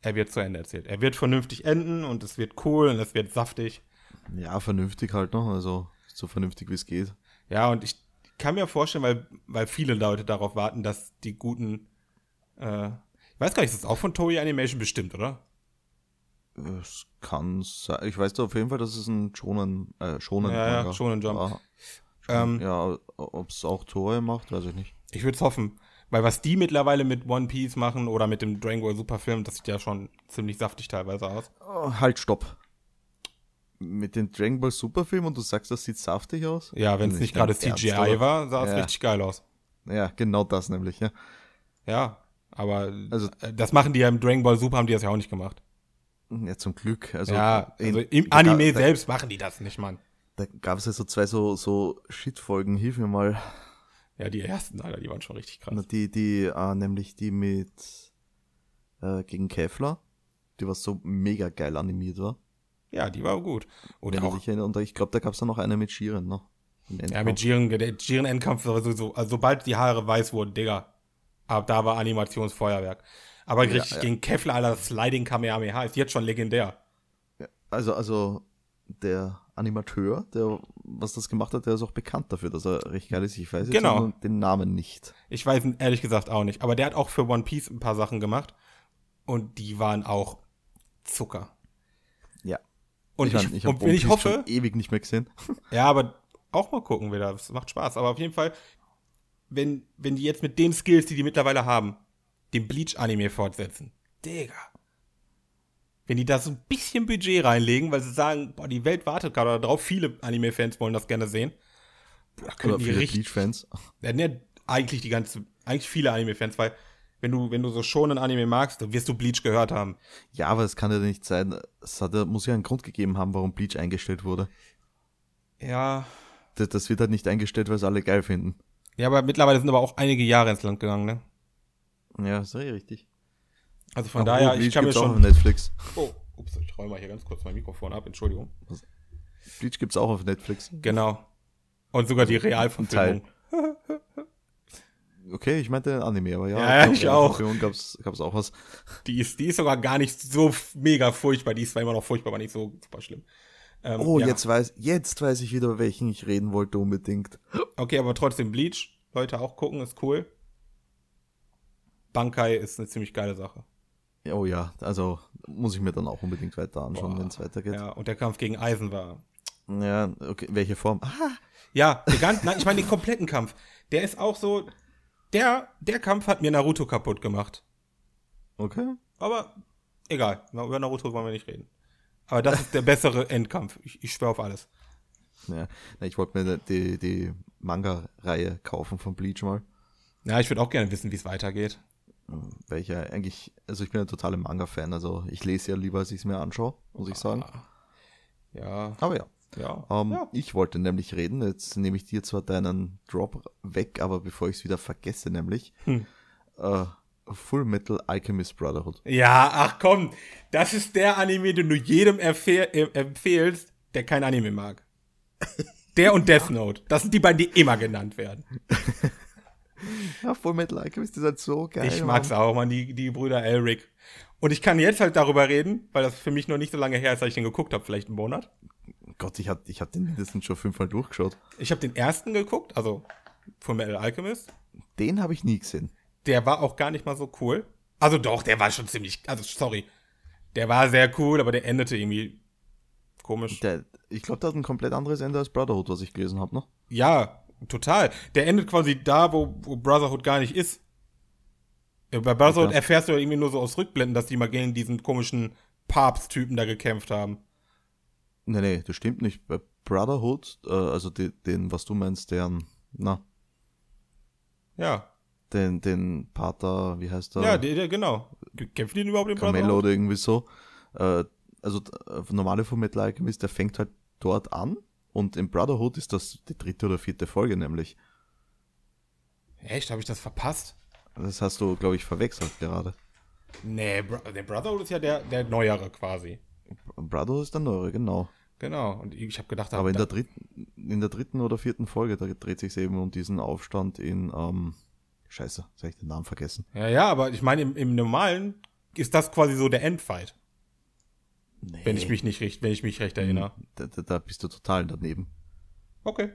S2: er wird zu Ende erzählt. Er wird vernünftig enden und es wird cool und es wird saftig.
S1: Ja, vernünftig halt noch, also so vernünftig wie es geht.
S2: Ja, und ich kann mir vorstellen, weil, weil viele Leute darauf warten, dass die guten. Äh, ich weiß gar nicht, ist das auch von Toei Animation bestimmt, oder?
S1: Es kann sein. Ich weiß da auf jeden Fall, dass es ein Schonen, äh, Schonen
S2: Ja, ja, Shonen Jump.
S1: war.
S2: Ähm,
S1: ja, ob es auch Tore macht, weiß ich nicht.
S2: Ich würde es hoffen. Weil was die mittlerweile mit One Piece machen oder mit dem Dragon Ball Super Film, das sieht ja schon ziemlich saftig teilweise aus.
S1: Oh, halt, stopp. Mit dem Dragon Ball Superfilm und du sagst, das sieht saftig aus?
S2: Ja, wenn es nicht gerade
S1: ganz
S2: CGI
S1: ernst, oder?
S2: war, sah es
S1: Ja.
S2: richtig geil aus.
S1: Ja, genau das nämlich, ja.
S2: Ja, aber
S1: Also-
S2: also, das machen die ja im Dragon Ball Super, haben die das ja auch nicht gemacht.
S1: Ja, zum Glück. Also,
S2: ja, also
S1: in-
S2: im
S1: da-
S2: Anime
S1: da,
S2: selbst machen die das nicht, Mann.
S1: Da gab es ja so zwei so, so Shit-Folgen, hilf mir mal.
S2: Ja, die ersten, Alter, die waren schon richtig krass.
S1: Na, Die, die, ah, nämlich die mit äh, gegen Kevlar, die was so mega geil animiert war.
S2: Ja, die war gut. Oder
S1: Wenn du
S2: auch
S1: dich erinnerst. Und da- ich glaube, da gab es dann noch eine mit Shiren, ne? Im
S2: Ja,
S1: Endkampf.
S2: mit Jiren, der Jiren-Endkampf war sowieso, also sobald die Haare weiß wurden, Digga, ab da war Animationsfeuerwerk. Aber
S1: Ja,
S2: richtig
S1: ja.
S2: gegen Kevlar, Alter, das Sliding Kamehameha ist jetzt schon legendär.
S1: Also, also der Animateur, der was das gemacht hat, der ist auch bekannt dafür, dass er recht geil ist. Ich weiß jetzt
S2: Genau.
S1: nur den Namen nicht.
S2: Ich weiß ihn ehrlich gesagt auch nicht, aber der hat auch für One Piece ein paar Sachen gemacht und die waren auch Zucker.
S1: Ja.
S2: Und ich,
S1: mein, hab
S2: und wenn ich
S1: One Piece
S2: hoffe,
S1: schon ewig nicht mehr gesehen.
S2: ja, aber auch mal gucken wieder, das macht Spaß. Aber auf jeden Fall, wenn, wenn die jetzt mit den Skills, die die mittlerweile haben, den Bleach-Anime fortsetzen, Digga. Wenn die da so ein bisschen Budget reinlegen, weil sie sagen, boah, die Welt wartet gerade darauf, viele Anime-Fans wollen das gerne sehen. Boah, da
S1: Oder
S2: könnten die
S1: viele
S2: richtig
S1: Bleach-Fans.
S2: ja, ne, eigentlich die ganze, eigentlich viele Anime-Fans, weil wenn du, wenn du so schon ein Anime magst, dann wirst du Bleach gehört haben.
S1: Ja, aber es kann ja nicht sein. Es hat, ja- muss ja einen Grund gegeben haben, warum Bleach eingestellt wurde.
S2: Ja.
S1: Das, das wird halt nicht eingestellt, weil es alle geil finden.
S2: Ja, aber mittlerweile sind aber auch einige Jahre ins Land gegangen, ne?
S1: Ja, ist eh richtig.
S2: Also von
S1: Apropos
S2: daher, ich
S1: Bleach
S2: kann mir
S1: gibt's auch auf
S2: schon.
S1: Netflix.
S2: Oh, ups, ich räume mal hier ganz kurz mein Mikrofon ab, Entschuldigung.
S1: Bleach gibt's auch auf Netflix.
S2: Genau. Und sogar
S1: Also,
S2: die Realverfilmung.
S1: Okay, ich meinte den Anime, aber ja.
S2: Ja, ja, ich auch.
S1: Film gab's, gab's auch was.
S2: Die ist, die ist sogar gar nicht so f- mega furchtbar. Die ist zwar immer noch furchtbar, aber nicht so super schlimm. Ähm,
S1: Oh,
S2: ja.
S1: jetzt weiß, jetzt weiß ich wieder, über welchen ich reden wollte unbedingt.
S2: Okay, aber trotzdem Bleach. Leute auch gucken, ist cool. Bankai ist eine ziemlich geile Sache.
S1: Oh ja, also muss ich mir dann auch unbedingt weiter anschauen,
S2: Boah,
S1: wenn es weitergeht. Ja.
S2: Ja, und der Kampf gegen Eisen war.
S1: okay, welche Form? Ah,
S2: Ja, der ganz, nein, ich meine den kompletten Kampf. Der ist auch so. Der, der Kampf hat mir Naruto kaputt gemacht.
S1: okay.
S2: Aber egal, na- über Naruto wollen wir nicht reden. Aber das ist der bessere Endkampf. Ich, ich schwöre auf alles.
S1: Ja, na, ich wollte mir die, die Manga-Reihe kaufen von Bleach mal.
S2: Ja, ich würde auch gerne wissen, wie es weitergeht.
S1: Weil ich ja eigentlich, also ich bin ein totaler Manga-Fan, also ich lese ja lieber, als ich es mir anschaue, muss ich sagen.
S2: Ja,
S1: Aber ja.
S2: ja.
S1: Ähm,
S2: Ah. ja.
S1: Ich wollte nämlich reden, jetzt nehme ich dir zwar deinen Drop weg, aber bevor ich es wieder vergesse, nämlich
S2: Hm.
S1: äh, Full Metal Alchemist Brotherhood.
S2: Ja, ach komm, das ist der Anime, den du jedem erfehl- äh, empfehlst, der kein Anime mag. Der und Death Note. Das sind die beiden, die immer genannt werden.
S1: Ja, Full Metal Alchemist ist halt so geil.
S2: Ich mag's auch, man, die, die Brüder Elric. Und ich kann jetzt halt darüber reden, weil das für mich noch nicht so lange her ist, als ich den geguckt habe, vielleicht einen Monat.
S1: Mann. Gott, ich hatte ich hab den mindestens schon fünfmal durchgeschaut.
S2: Ich habe den ersten geguckt, also von Metal Alchemist.
S1: Den habe ich nie gesehen.
S2: Der war auch gar nicht mal so cool. Also doch, der war schon ziemlich, also sorry. Der war sehr cool, aber der endete irgendwie komisch.
S1: Der, ich glaube, der hat ein komplett anderes Ende als Brotherhood, was ich gelesen habe, ne?
S2: ja, total. Der endet quasi da, wo, wo Brotherhood gar nicht ist. Ja, Bei Brotherhood
S1: Okay.
S2: erfährst du ja irgendwie nur so aus Rückblenden, dass die mal gegen diesen komischen Papsttypen da gekämpft haben.
S1: Nee, nee, das stimmt nicht. Bei Brotherhood, äh, also de, den, was du meinst, deren, na,
S2: Ja.
S1: den, den Pater, wie heißt der?
S2: Ja, der, der, genau. Ge- Kämpfen die denn überhaupt den
S1: Carmelo
S2: Brotherhood?
S1: oder irgendwie so. Äh, also d- äh, normale von Metal Alchemist, der fängt halt dort an und in Brotherhood ist das die dritte oder vierte Folge nämlich.
S2: Echt? Habe ich das verpasst?
S1: Das hast du, glaube ich, verwechselt gerade.
S2: Nee, Bro der Brotherhood ist ja der, der neuere quasi.
S1: Brotherhood ist der neue, genau.
S2: Genau. Und ich habe gedacht, da-
S1: Aber in
S2: da,
S1: der dritten, in der dritten oder vierten Folge, da dreht sich eben um diesen Aufstand in, ähm, scheiße, jetzt hab ich den Namen vergessen.
S2: Ja, ja, aber ich meine, im, im Normalen ist das quasi so der Endfight,
S1: Nee.
S2: wenn ich mich nicht recht, wenn ich mich recht erinnere.
S1: Da, da, da bist du total daneben.
S2: Okay.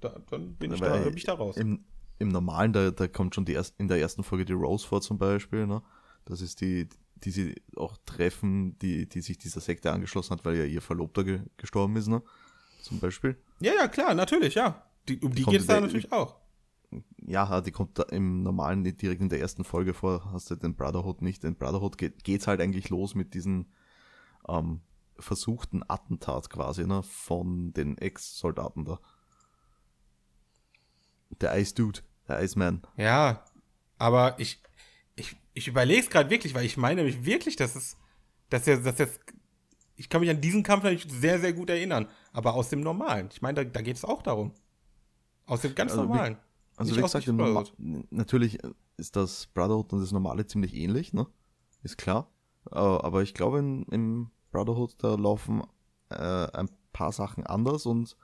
S2: Da, dann bin ich, da,
S1: Weil
S2: bin ich da raus.
S1: Im, im Normalen, da, da kommt schon die erst, in der ersten Folge die Rose vor zum Beispiel, ne? Das ist die, die sie auch treffen, die, die sich dieser Sekte angeschlossen hat, weil ja ihr Verlobter ge gestorben ist, ne? Zum Beispiel.
S2: Ja, ja, klar, natürlich, ja. Die, um die
S1: Kommt
S2: geht's da
S1: der-
S2: natürlich auch.
S1: Ja, also die kommt da im Normalen nicht direkt in der ersten Folge vor, hast du den Brotherhood nicht. In Brotherhood geht, geht's halt eigentlich los mit diesem ähm, versuchten Attentat quasi, ne? Von den Ex-Soldaten da. Der Ice Dude, der Iceman.
S2: Ja, aber ich, ich, ich überlege es gerade wirklich, weil ich meine nämlich wirklich, dass es, dass er, dass jetzt, ich kann mich an diesen Kampf natürlich sehr, sehr gut erinnern, aber aus dem Normalen. Ich meine, da, da geht es auch darum. Aus dem ganz
S1: Also wie-
S2: Normalen.
S1: Also
S2: Nicht
S1: wie
S2: aus
S1: gesagt,
S2: dem
S1: im Norma-
S2: Brotherhood.
S1: n- natürlich äh, ist das Brotherhood und das Normale ziemlich ähnlich, ne? Ist klar. Äh, Aber ich glaube, in, im Brotherhood, da laufen äh, ein paar Sachen anders und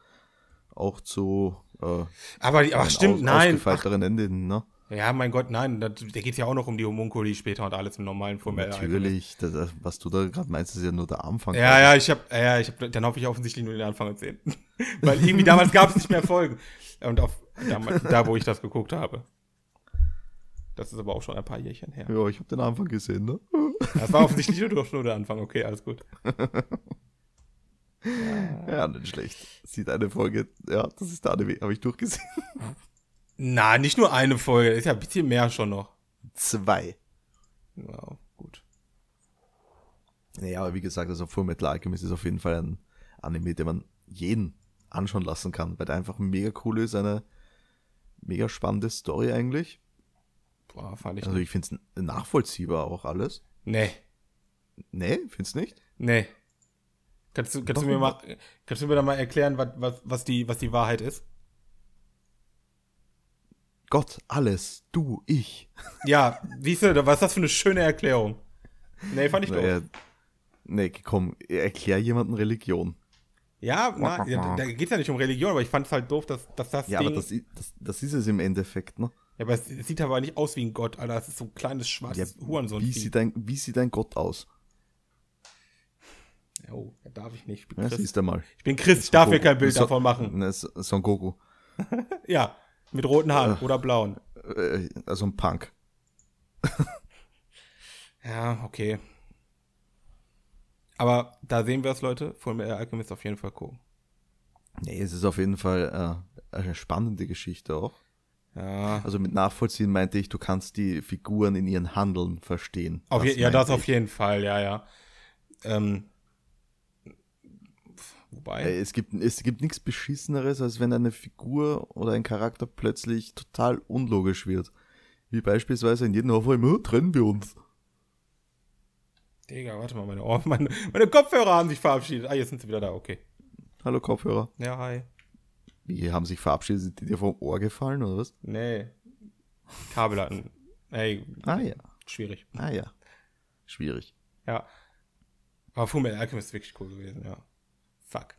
S1: auch zu äh,
S2: Aber, die- ach
S1: einem
S2: stimmt,
S1: aus-
S2: nein, ach,
S1: ausgefeilteren Enden, ne?
S2: Ja, mein Gott, nein, da, da geht's ja auch noch um die Homunkuli später und alles im normalen Formel.
S1: Natürlich, das, das- was du da gerade meinst, ist ja nur der Anfang.
S2: Ja, ja, ich hab, ja, ich hab, dann hoffe ich offensichtlich nur den Anfang erzählt. Weil irgendwie damals gab's nicht mehr Folgen. Und auf, damals, da, wo ich das geguckt habe. Das ist aber auch schon ein paar Jährchen her.
S1: Ja, ich habe den Anfang gesehen, ne?
S2: Das war offensichtlich nur, doch nur der Anfang. Okay, alles gut.
S1: Ja, nicht schlecht. Sieht eine Folge, ja, das ist der Anime, habe ich durchgesehen.
S2: Na, nicht nur eine Folge, ist ja ein bisschen mehr schon noch.
S1: Zwei.
S2: Ja, gut.
S1: Naja, aber wie gesagt, also Full Metal Alchemist ist auf jeden Fall ein Anime, den man jeden anschauen lassen kann, weil der einfach mega cool ist, eine mega spannende Story eigentlich.
S2: Boah, fand ich.
S1: Also ich finde es nachvollziehbar auch alles.
S2: nee,
S1: Nee, findest nicht?
S2: nee. Kannst du, kannst du mir
S1: Warum?
S2: mal, kannst du mir da mal erklären, was, was, was die, was die Wahrheit ist?
S1: Gott, alles, du, ich.
S2: Ja, siehst du, was ist das für eine schöne Erklärung? Nee, fand ich doof.
S1: Naja, nee, komm, erklär jemanden Religion.
S2: Ja, na, ja, da geht's ja nicht um Religion, aber ich fand's halt doof, dass, dass das
S1: Ja,
S2: Ding...
S1: aber das, i- das, das ist es im Endeffekt, ne?
S2: ja, aber es es sieht aber nicht aus wie ein Gott, Alter. Das ist so ein kleines,
S1: Ja,
S2: schwarzes hurensohn
S1: wie, sieht ein, wie sieht ein Gott aus?
S2: Ja, Oh, da darf ich nicht. Ich bin
S1: Ja,
S2: Christ.
S1: siehst du mal.
S2: Ich bin Christ, ich darf mir
S1: Goku-
S2: kein Bild
S1: so-
S2: davon machen.
S1: Na, S- Son Goku.
S2: Ja, mit roten Haaren oder blauen.
S1: Äh, also ein Punk.
S2: Ja, okay. Aber da sehen wir es, Leute. Von der Alchemist auf jeden Fall gucken.
S1: Nee, es ist auf jeden Fall äh, eine spannende Geschichte auch.
S2: Ja,
S1: Also mit nachvollziehen meinte ich, du kannst die Figuren in ihren Handeln verstehen.
S2: Auf je, ja,
S1: meinte
S2: das auf
S1: ich.
S2: jeden Fall, ja, ja. Ähm, wobei...
S1: Äh, Es gibt, es gibt nichts Beschisseneres, als wenn eine Figur oder ein Charakter plötzlich total unlogisch wird. Wie beispielsweise in jedem Hoffnung, immer trennen wir uns.
S2: Digga, warte mal, meine Ohren, meine, meine Kopfhörer haben sich verabschiedet. Ah, jetzt sind sie wieder da, okay.
S1: Hallo Kopfhörer.
S2: Ja, hi.
S1: Wie haben sich verabschiedet? Sind die dir vom Ohr gefallen oder was?
S2: Nee. Kabel hatten. Ey,
S1: Ah ja,
S2: schwierig.
S1: ah ja. Schwierig.
S2: Ja. Aber Fullmetal Alchemist ist wirklich cool gewesen, ja. Fuck.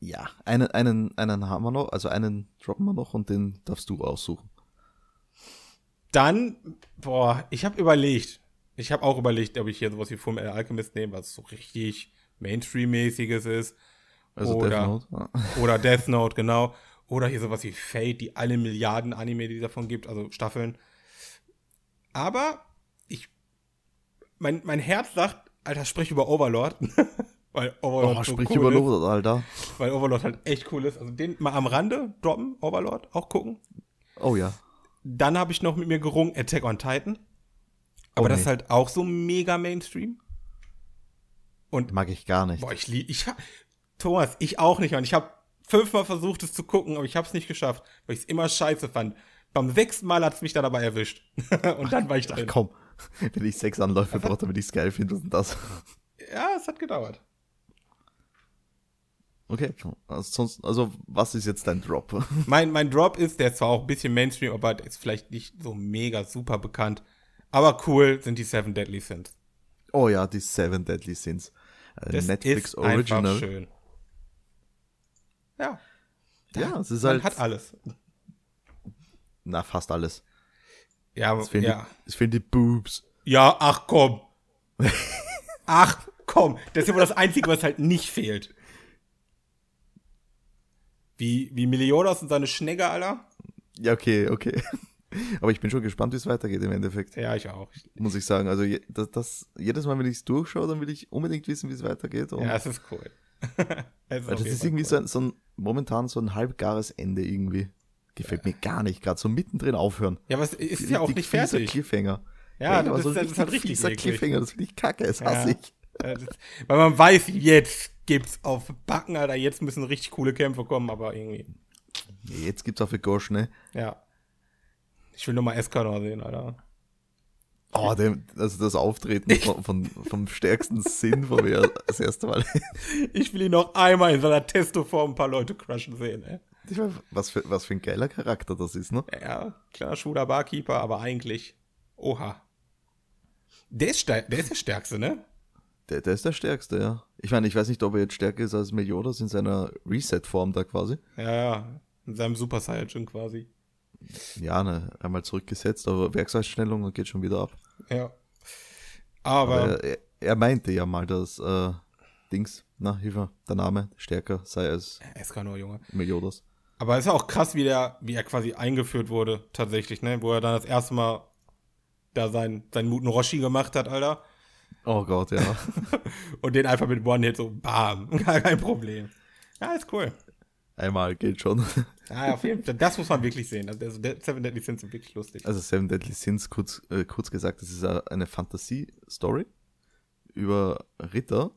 S1: Ja, einen, einen, einen haben wir noch, also einen droppen wir noch und den darfst du aussuchen.
S2: Dann, boah, ich habe überlegt. Ich habe auch überlegt, ob ich hier sowas wie Fullmetal Alchemist nehme, was so richtig Mainstream-mäßiges ist.
S1: Also
S2: Oder-
S1: Death Note. Ja.
S2: Oder Death Note, genau. Oder hier sowas wie Fate, die alle Milliarden Anime, die es davon gibt, also Staffeln. Aber ich. Mein, mein Herz sagt, Alter, sprich über Overlord. weil Overlord
S1: Oh,
S2: so
S1: sprich
S2: cool
S1: über
S2: ist.
S1: Lord, Alter.
S2: Weil Overlord halt echt cool ist. Also den mal am Rande droppen, Overlord, auch gucken.
S1: Oh ja.
S2: Dann habe ich noch mit mir gerungen, Attack on Titan. Aber
S1: Oh,
S2: das
S1: nee.
S2: ist halt auch so mega Mainstream. Und
S1: Mag ich gar nicht.
S2: Boah, ich lieb, ich hab, Thomas, ich auch nicht, Mann. Ich habe fünfmal versucht, es zu gucken, aber ich habe es nicht geschafft, weil ich es immer scheiße fand. Beim sechsten Mal hat's mich dann aber erwischt. Und dann war ich
S1: Ach
S2: drin.
S1: komm, wenn ich sechs Anläufe brauche, damit ich es geil finde, was ist denn das?
S2: Ja, es hat gedauert.
S1: Okay, also, sonst, also was ist jetzt dein Drop?
S2: Mein, mein Drop ist, der ist zwar auch ein bisschen Mainstream, aber der ist vielleicht nicht so mega super bekannt. Aber cool sind die Seven Deadly Sins.
S1: Oh ja, die Seven Deadly Sins. Äh,
S2: Das
S1: Netflix
S2: ist einfach
S1: Original.
S2: schön. Ja,
S1: Ja, es ist
S2: man
S1: halt,
S2: hat alles.
S1: na, fast alles.
S2: Ja,
S1: Es fehlen,
S2: ja.
S1: die, es fehlen die Boobs.
S2: Ja, ach komm. ach komm. Das ist ja wohl das Einzige, was halt nicht fehlt. Wie, wie Meliodas und seine Schnegge, Alter?
S1: Ja, okay, okay. Aber ich bin schon gespannt, wie es weitergeht im Endeffekt,
S2: Ja, ich auch.
S1: muss ich sagen. Also je, das, das, jedes Mal, wenn ich es durchschaue, dann will ich unbedingt wissen, wie es weitergeht. Und
S2: Ja, es ist cool. Es
S1: Weil das
S2: auf jeden
S1: ist
S2: Fall
S1: irgendwie
S2: cool.
S1: so, ein, so ein, momentan so ein halbgares Ende irgendwie. Gefällt mir gar nicht, gerade so mittendrin aufhören.
S2: Ja, aber es ist ja auch
S1: Richtig
S2: nicht
S1: fieser
S2: fertig.
S1: Cliffhanger.
S2: Ja,
S1: aber
S2: das, ist, das ist halt richtig
S1: fieser
S2: eklig.
S1: Cliffhanger, das finde ich kacke, das hasse
S2: Ja.
S1: ich.
S2: Ja, das- Weil man weiß, jetzt gibt's auf Backen, Alter. Jetzt müssen richtig coole Kämpfe kommen, aber irgendwie.
S1: Nee, Jetzt gibt's auch für Gosh, ne?
S2: Ja. Ich will nur mal Escanor sehen, Alter.
S1: Oh, dem, also das Auftreten von, von, vom stärksten Sinn, wo wir das erste Mal.
S2: Ich will ihn noch einmal in seiner Testoform ein paar Leute crushen sehen, ey.
S1: Ich mein, was, für, was für ein geiler Charakter das ist, ne?
S2: Ja, klar, schwuler Barkeeper, aber eigentlich. Oha. Der ist, stär- der, ist der Stärkste, ne?
S1: Der, der ist der Stärkste, ja. Ich meine, ich weiß nicht, ob er jetzt stärker ist als Meliodas in seiner Reset-Form da quasi.
S2: Ja, ja. In seinem Super Saiyajin quasi.
S1: Ja, ne, einmal zurückgesetzt, aber Werkseinstellung und geht schon wieder ab.
S2: Ja. Aber,
S1: Aber er, er meinte ja mal, dass äh, Dings, na, hilf mir, der Name stärker sei als
S2: Escanor, Junge.
S1: Meliodas.
S2: Aber ist ja auch krass, wie, der, wie er quasi eingeführt wurde, tatsächlich, ne? Wo er dann das erste Mal da seinen, seinen Muten Roshi gemacht hat, Alter.
S1: Oh Gott, ja.
S2: Und den einfach mit One-Hit so, bam. Gar kein Problem. Ja, ist cool.
S1: Einmal geht schon.
S2: Ja, auf jeden Fall. Das muss man wirklich sehen. Also, der Seven Deadly Sins sind wirklich lustig.
S1: Also Seven Deadly Sins, kurz, äh, kurz gesagt, das ist äh, eine Fantasie-Story über Ritter.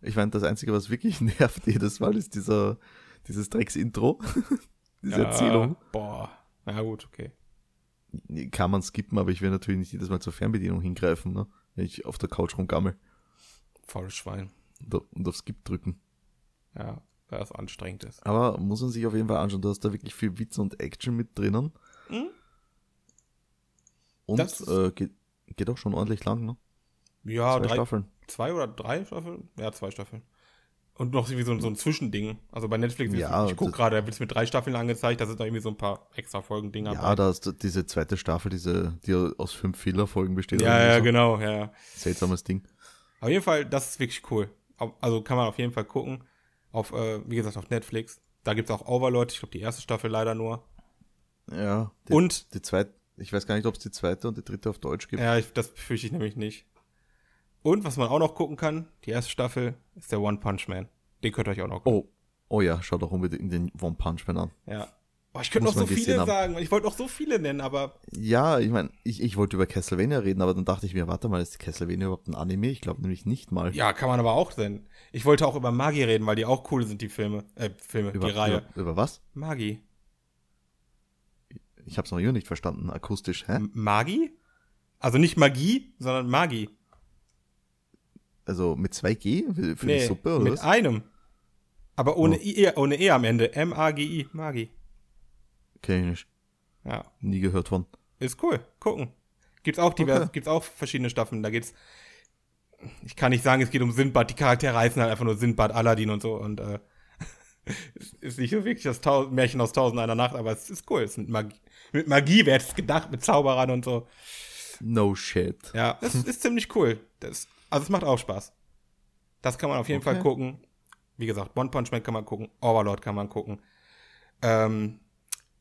S1: Ich meine, das Einzige, was wirklich nervt jedes Mal, ist dieser, dieses Drecks-Intro, diese
S2: Ja,
S1: Erzählung.
S2: Boah. Na gut, okay.
S1: Kann man skippen, aber ich will natürlich nicht jedes Mal zur Fernbedienung hingreifen, ne? wenn ich auf der Couch rumgammel
S2: Faules Schwein.
S1: und, und auf Skip drücken.
S2: Ja, weil das anstrengend ist.
S1: Aber muss man sich auf jeden Fall anschauen, du hast da wirklich viel Witz und Action mit drinnen.
S2: Mhm.
S1: Und
S2: Das ist-
S1: äh, geht, geht auch schon ordentlich lang, ne?
S2: Ja,
S1: Zwei
S2: Ah, drei,
S1: Staffeln.
S2: zwei oder drei Staffeln? Ja, zwei Staffeln. Und noch irgendwie so, ein- so ein Zwischending. Also bei Netflix, ist-
S1: Ja,
S2: ich guck
S1: das-
S2: gerade, da wird es mit drei Staffeln angezeigt, da sind noch irgendwie so ein paar extra Folgen-Dinger
S1: Ja, da ist diese zweite Staffel, diese, die aus fünf Fehlerfolgen besteht.
S2: ja,
S1: oder
S2: ja,
S1: so.
S2: genau, ja, ja.
S1: Seltsames Ding.
S2: Auf jeden Fall, das ist wirklich cool. Au- Also kann man auf jeden Fall gucken. Auf, äh, wie gesagt, auf Netflix. Da gibt's auch Overlord, ich glaube die erste Staffel leider nur.
S1: Ja. Die,
S2: Und,
S1: Die zweite, ich weiß gar nicht, ob es die zweite und die dritte auf Deutsch gibt.
S2: ja, ich, das befürchte ich nämlich nicht. Und was man auch noch gucken kann, die erste Staffel, ist der One Punch Man. Den könnt ihr euch auch noch gucken.
S1: Oh, oh ja, schau doch unbedingt den One Punch Man an.
S2: Ja. Boah, ich könnte
S1: Muss
S2: noch so
S1: man gesehen
S2: viele
S1: haben.
S2: sagen. Ich wollte noch so viele nennen, aber
S1: Ja, ich meine, ich, ich wollte über Castlevania reden, aber dann dachte ich mir, warte mal, ist Castlevania überhaupt ein Anime? Ich glaube nämlich nicht mal.
S2: ja, kann man aber auch nennen. Ich wollte auch über Magi reden, weil die auch cool sind, die Filme. Äh, Filme,
S1: über,
S2: die Reihe.
S1: Über, über was?
S2: Magi.
S1: Ich habe es noch immer nicht verstanden, akustisch. Hä?
S2: M- Magi? Also nicht Magie, sondern Magi.
S1: Also mit 2G für, für die Suppe oder
S2: mit
S1: was?
S2: einem. Aber ohne,
S1: Oh.
S2: I, ohne E am Ende. M-A-G-I. Magi.
S1: Kenn ich nicht.
S2: Ja.
S1: Nie gehört von.
S2: Ist cool. Gucken. Gibt's auch diverse,
S1: Okay.
S2: gibt's auch verschiedene Staffeln. Da geht's. Ich kann nicht sagen, es geht um Sindbad. Die Charaktere heißen halt einfach nur Sindbad, Aladdin und so. Und äh, es ist nicht so wirklich das Tau Märchen aus Tausend einer Nacht, aber es ist cool. Es ist mit Magie, mit Magie wer hätte es gedacht, mit Zauberern und so.
S1: No shit.
S2: Ja, das ist ziemlich cool. Das, also es macht auch Spaß. Das kann man auf jeden
S1: Okay.
S2: Fall gucken. Wie gesagt, One Punch Man kann man gucken, Overlord kann man gucken. Ähm,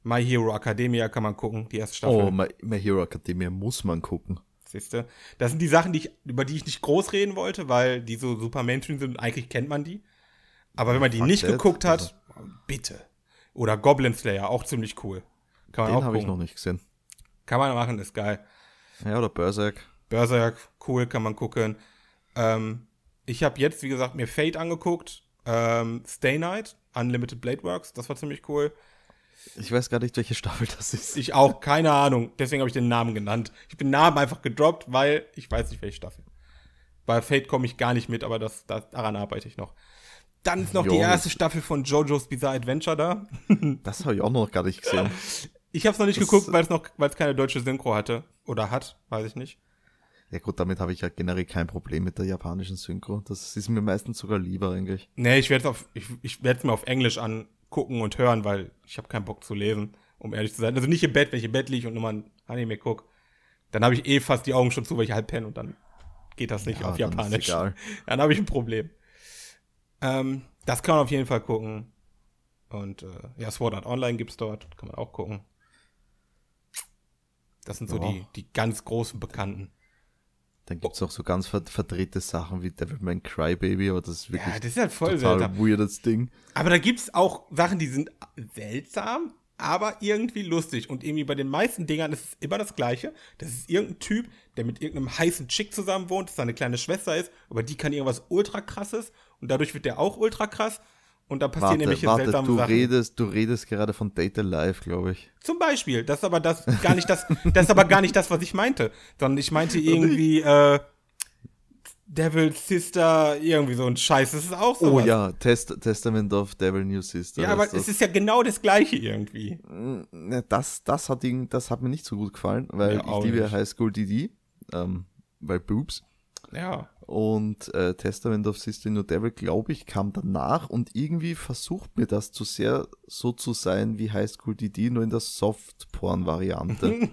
S2: My Hero Academia kann man gucken, die erste Staffel.
S1: Oh, My, My Hero Academia muss man gucken.
S2: Siehste? Das sind die Sachen, die ich, über die ich nicht groß reden wollte, weil die so super Mainstream sind. Eigentlich kennt man die. Aber wenn man die
S1: Fuck
S2: nicht
S1: that. Also,
S2: geguckt hat, bitte. Oder Goblin Slayer, auch ziemlich cool. Kann man
S1: Den
S2: auch
S1: habe ich
S2: gucken.
S1: noch nicht gesehen.
S2: Kann man machen, ist geil.
S1: Ja, oder Berserk.
S2: Berserk, cool, kann man gucken. Ähm, ich habe jetzt, wie gesagt, mir Fate angeguckt. Ähm, Stay Night, Unlimited Blade Works, das war ziemlich cool.
S1: Ich weiß gar nicht, welche Staffel das ist.
S2: Ich auch, keine Ahnung. Deswegen habe ich den Namen genannt. Ich bin Namen einfach gedroppt, weil ich weiß nicht, welche Staffel. Bei Fate komme ich gar nicht mit, aber das, das, daran arbeite ich noch. Dann ist noch die
S1: Jo.
S2: erste Staffel von JoJo's Bizarre Adventure da.
S1: Das habe ich auch noch gar nicht gesehen.
S2: Ich habe es noch nicht
S1: Das-
S2: geguckt, weil es noch, weil es keine deutsche Synchro hatte oder hat, weiß ich nicht.
S1: Ja gut, damit habe ich ja generell kein Problem mit der japanischen Synchro. Das ist mir meistens sogar lieber eigentlich.
S2: Nee, ich werde es auf, ich, ich werd's mir auf Englisch angucken und hören, weil ich habe keinen Bock zu lesen, um ehrlich zu sein. Also nicht im Bett, wenn ich im Bett liege und nur mal ein Anime guck, dann habe ich eh fast die Augen schon zu, weil ich halb penne und dann geht das nicht
S1: Ja,
S2: auf
S1: dann ist
S2: Japanisch.
S1: egal.
S2: Dann habe ich ein Problem. Ähm, das kann man auf jeden Fall gucken. Und äh, ja, Sword Art Online gibt's dort, kann man auch gucken. Das sind so
S1: Ja.
S2: die, die ganz großen Bekannten.
S1: Dann gibt's auch so ganz ver verdrehte Sachen wie Devilman Crybaby, aber das ist
S2: Ja,
S1: wirklich
S2: das ist halt voll
S1: total
S2: seltsam.
S1: weirdes Ding.
S2: Aber da gibt's auch Sachen, die sind seltsam, aber irgendwie lustig. Und irgendwie bei den meisten Dingern ist es immer das Gleiche. Das ist irgendein Typ, der mit irgendeinem heißen Chick zusammen wohnt, das seine kleine Schwester ist, aber die kann irgendwas ultra krasses und dadurch wird der auch ultra krass. Und da passieren
S1: Warte,
S2: nämlich
S1: warte,
S2: seltsame
S1: du
S2: Sachen.
S1: redest, du redest gerade von Date Alive, glaube ich.
S2: Zum Beispiel. Das ist aber das gar nicht das, das ist aber gar nicht das, was ich meinte. Sondern ich meinte irgendwie, äh, Devil Sister, irgendwie so ein Scheiß. Das ist auch so.
S1: Oh ja, Test Testament of Devil New Sister.
S2: Ja, aber
S1: heißt das.
S2: es ist ja genau das Gleiche irgendwie.
S1: Ne, das, das hat ihn, das hat mir nicht so gut gefallen, weil
S2: Ja, auch
S1: ich liebe
S2: nicht.
S1: High School DD, ähm, weil Boobs.
S2: Ja.
S1: Und äh, Testament of Sister No Devil, glaube ich, kam danach und irgendwie versucht mir das zu sehr so zu sein wie High School DD, nur in der Soft-Porn-Variante.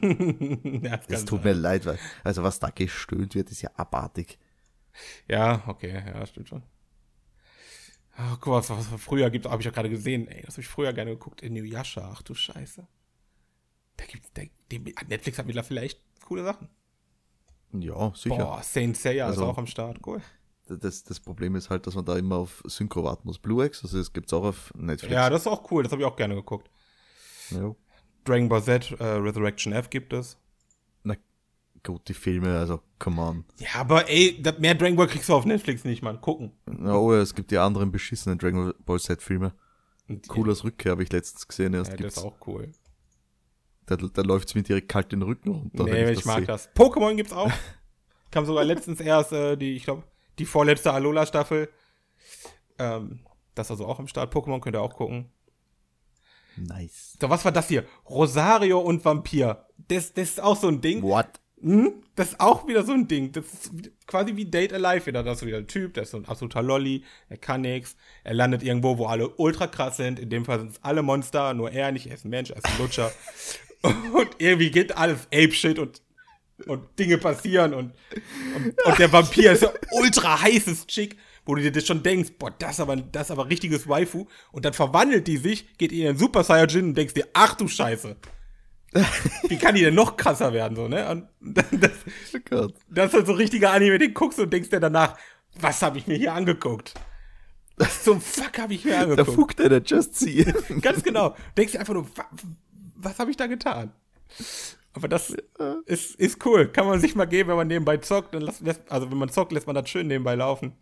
S2: Ja, das
S1: Es
S2: kann
S1: tut
S2: sein.
S1: mir leid, weil, also was da gestöhnt wird, ist ja abartig.
S2: Ja, okay, ja, stimmt schon. Ach, guck mal, was, was früher gibt, habe ich ja gerade gesehen. Ey, das habe ich früher gerne geguckt in New Yasha. Ach du Scheiße. Da gibt's, da, die, Netflix hat mittlerweile echt coole Sachen.
S1: Ja, sicher.
S2: Boah, Saint Seiya
S1: Also-
S2: ist auch am Start. Cool.
S1: Das, das Problem ist halt, dass man da immer auf Synchro warten muss. Blue-X, also das gibt's auch auf Netflix.
S2: Ja, das ist auch cool. Das habe ich auch gerne geguckt.
S1: Ja.
S2: Dragon Ball Z, äh, Resurrection F gibt es.
S1: Na gut, die Filme, also come on.
S2: Ja, aber ey, das, mehr Dragon Ball kriegst du auf Netflix nicht, Mann. Gucken.
S1: Ja, oh ja, es gibt die anderen beschissenen Dragon Ball Z-Filme.
S2: Und-
S1: Coolers Rückkehr habe ich letztens gesehen. Erst
S2: Ja, das
S1: gibt's,
S2: ist auch cool.
S1: Da, da läuft's mir direkt kalt den Rücken runter.
S2: nee,
S1: wenn
S2: ich, mag
S1: seh.
S2: das. Pokémon gibt's auch. Kam sogar letztens erst äh, die, ich glaube, die vorletzte Alola-Staffel. Ähm, das ist also auch am Start. Pokémon könnt ihr auch gucken.
S1: Nice.
S2: So, was war das hier? Rosario und Vampir. Das, das ist auch so ein Ding.
S1: What?
S2: Hm? Das ist auch wieder so ein Ding. Das ist wie- quasi wie Date Alive wieder. Da ist wieder ein Typ, der ist so ein absoluter Lolli, er kann nix. Er landet irgendwo, wo alle ultra krass sind. In dem Fall sind es alle Monster, nur er nicht. Er ist ein Mensch, er ist ein Lutscher. und irgendwie geht alles Apeshit und, und Dinge passieren und, und, und der Vampir ist so ultra heißes Chick, wo du dir das schon denkst, boah, das ist aber, das ist aber richtiges Waifu. Und dann verwandelt die sich, geht in den Super Saiyajin und denkst dir, ach du Scheiße. Wie kann die denn noch krasser werden, so, ne? Und das, das,
S1: Oh Gott.
S2: das ist halt so ein richtiger Anime, den guckst du und denkst dir danach, was habe ich mir hier angeguckt? Was zum Fuck habe ich mir
S1: Der
S2: angeguckt?
S1: Fuck, der just see.
S2: Ganz genau. Denkst dir einfach nur, wa was habe ich da getan? Aber das ist, ist cool. Kann man sich mal geben, wenn man nebenbei zockt. Dann lässt, lässt, also wenn man zockt, lässt man das schön nebenbei laufen.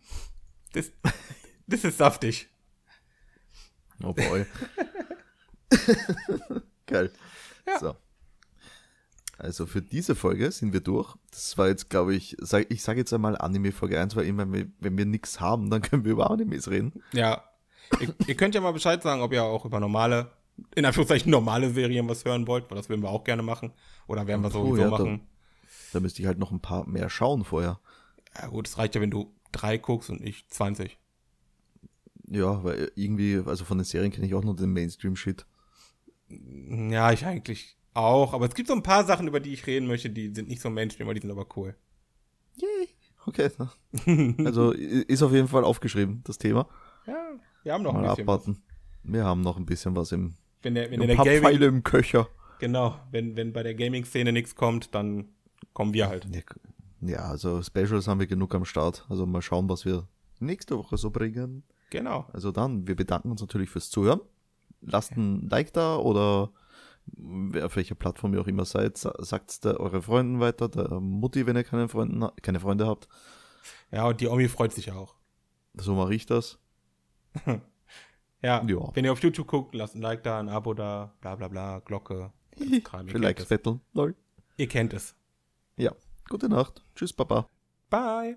S2: Das, das ist saftig.
S1: oh boy. Geil.
S2: Ja.
S1: So. Also für diese Folge sind wir durch. Das war jetzt, glaube ich, sag, ich sage jetzt einmal Anime Folge 1, weil immer, wenn wir nichts haben, dann können wir über Animes reden.
S2: Ja. ihr, ihr könnt ja mal Bescheid sagen, ob ihr auch über normale, in Anführungszeichen normale Serien was hören wollt, weil das würden wir auch gerne machen. Oder werden wir
S1: Oh,
S2: sowieso
S1: ja, da-
S2: machen.
S1: Da müsste ich halt noch ein paar mehr schauen vorher.
S2: Ja gut, es reicht ja, wenn du drei guckst und ich 20.
S1: Ja, weil irgendwie, also von den Serien kenne ich auch nur den Mainstream-Shit.
S2: Ja, ich eigentlich auch. Aber es gibt so ein paar Sachen, über die ich reden möchte, die sind nicht so Mainstream, aber die sind aber cool.
S1: Yay. Okay. na. Also i- ist auf jeden Fall aufgeschrieben, das Thema.
S2: Ja, wir haben noch
S1: Mal
S2: ein bisschen. Was.
S1: abwarten. Wir haben noch ein bisschen was im,
S2: Wenn der, wenn
S1: im
S2: in der Gaming,
S1: Pappfeile im Köcher.
S2: genau, wenn, wenn bei der Gaming-Szene nichts kommt, dann kommen wir halt.
S1: Ja, k- Ja, also Specials haben wir genug am Start. Also mal schauen, was wir nächste Woche so bringen.
S2: Genau.
S1: Also dann, wir bedanken uns natürlich fürs Zuhören. Lasst ein Like da oder wer- auf welcher Plattform ihr auch immer seid, sagt es eure Freunden weiter, der Mutti, wenn ihr keine, Freunden, ha- keine Freunde habt.
S2: Ja, und die Omi freut sich auch.
S1: So mache ich das.
S2: Ja,
S1: Ja.
S2: wenn ihr auf YouTube guckt, lasst ein Like da, ein Abo da, bla bla bla, Glocke. ganz Kram, ihr
S1: Für Likes
S2: kennt es.
S1: betteln. Lol.
S2: Ihr kennt es.
S1: Ja, gute Nacht. Tschüss, Papa.
S2: Bye.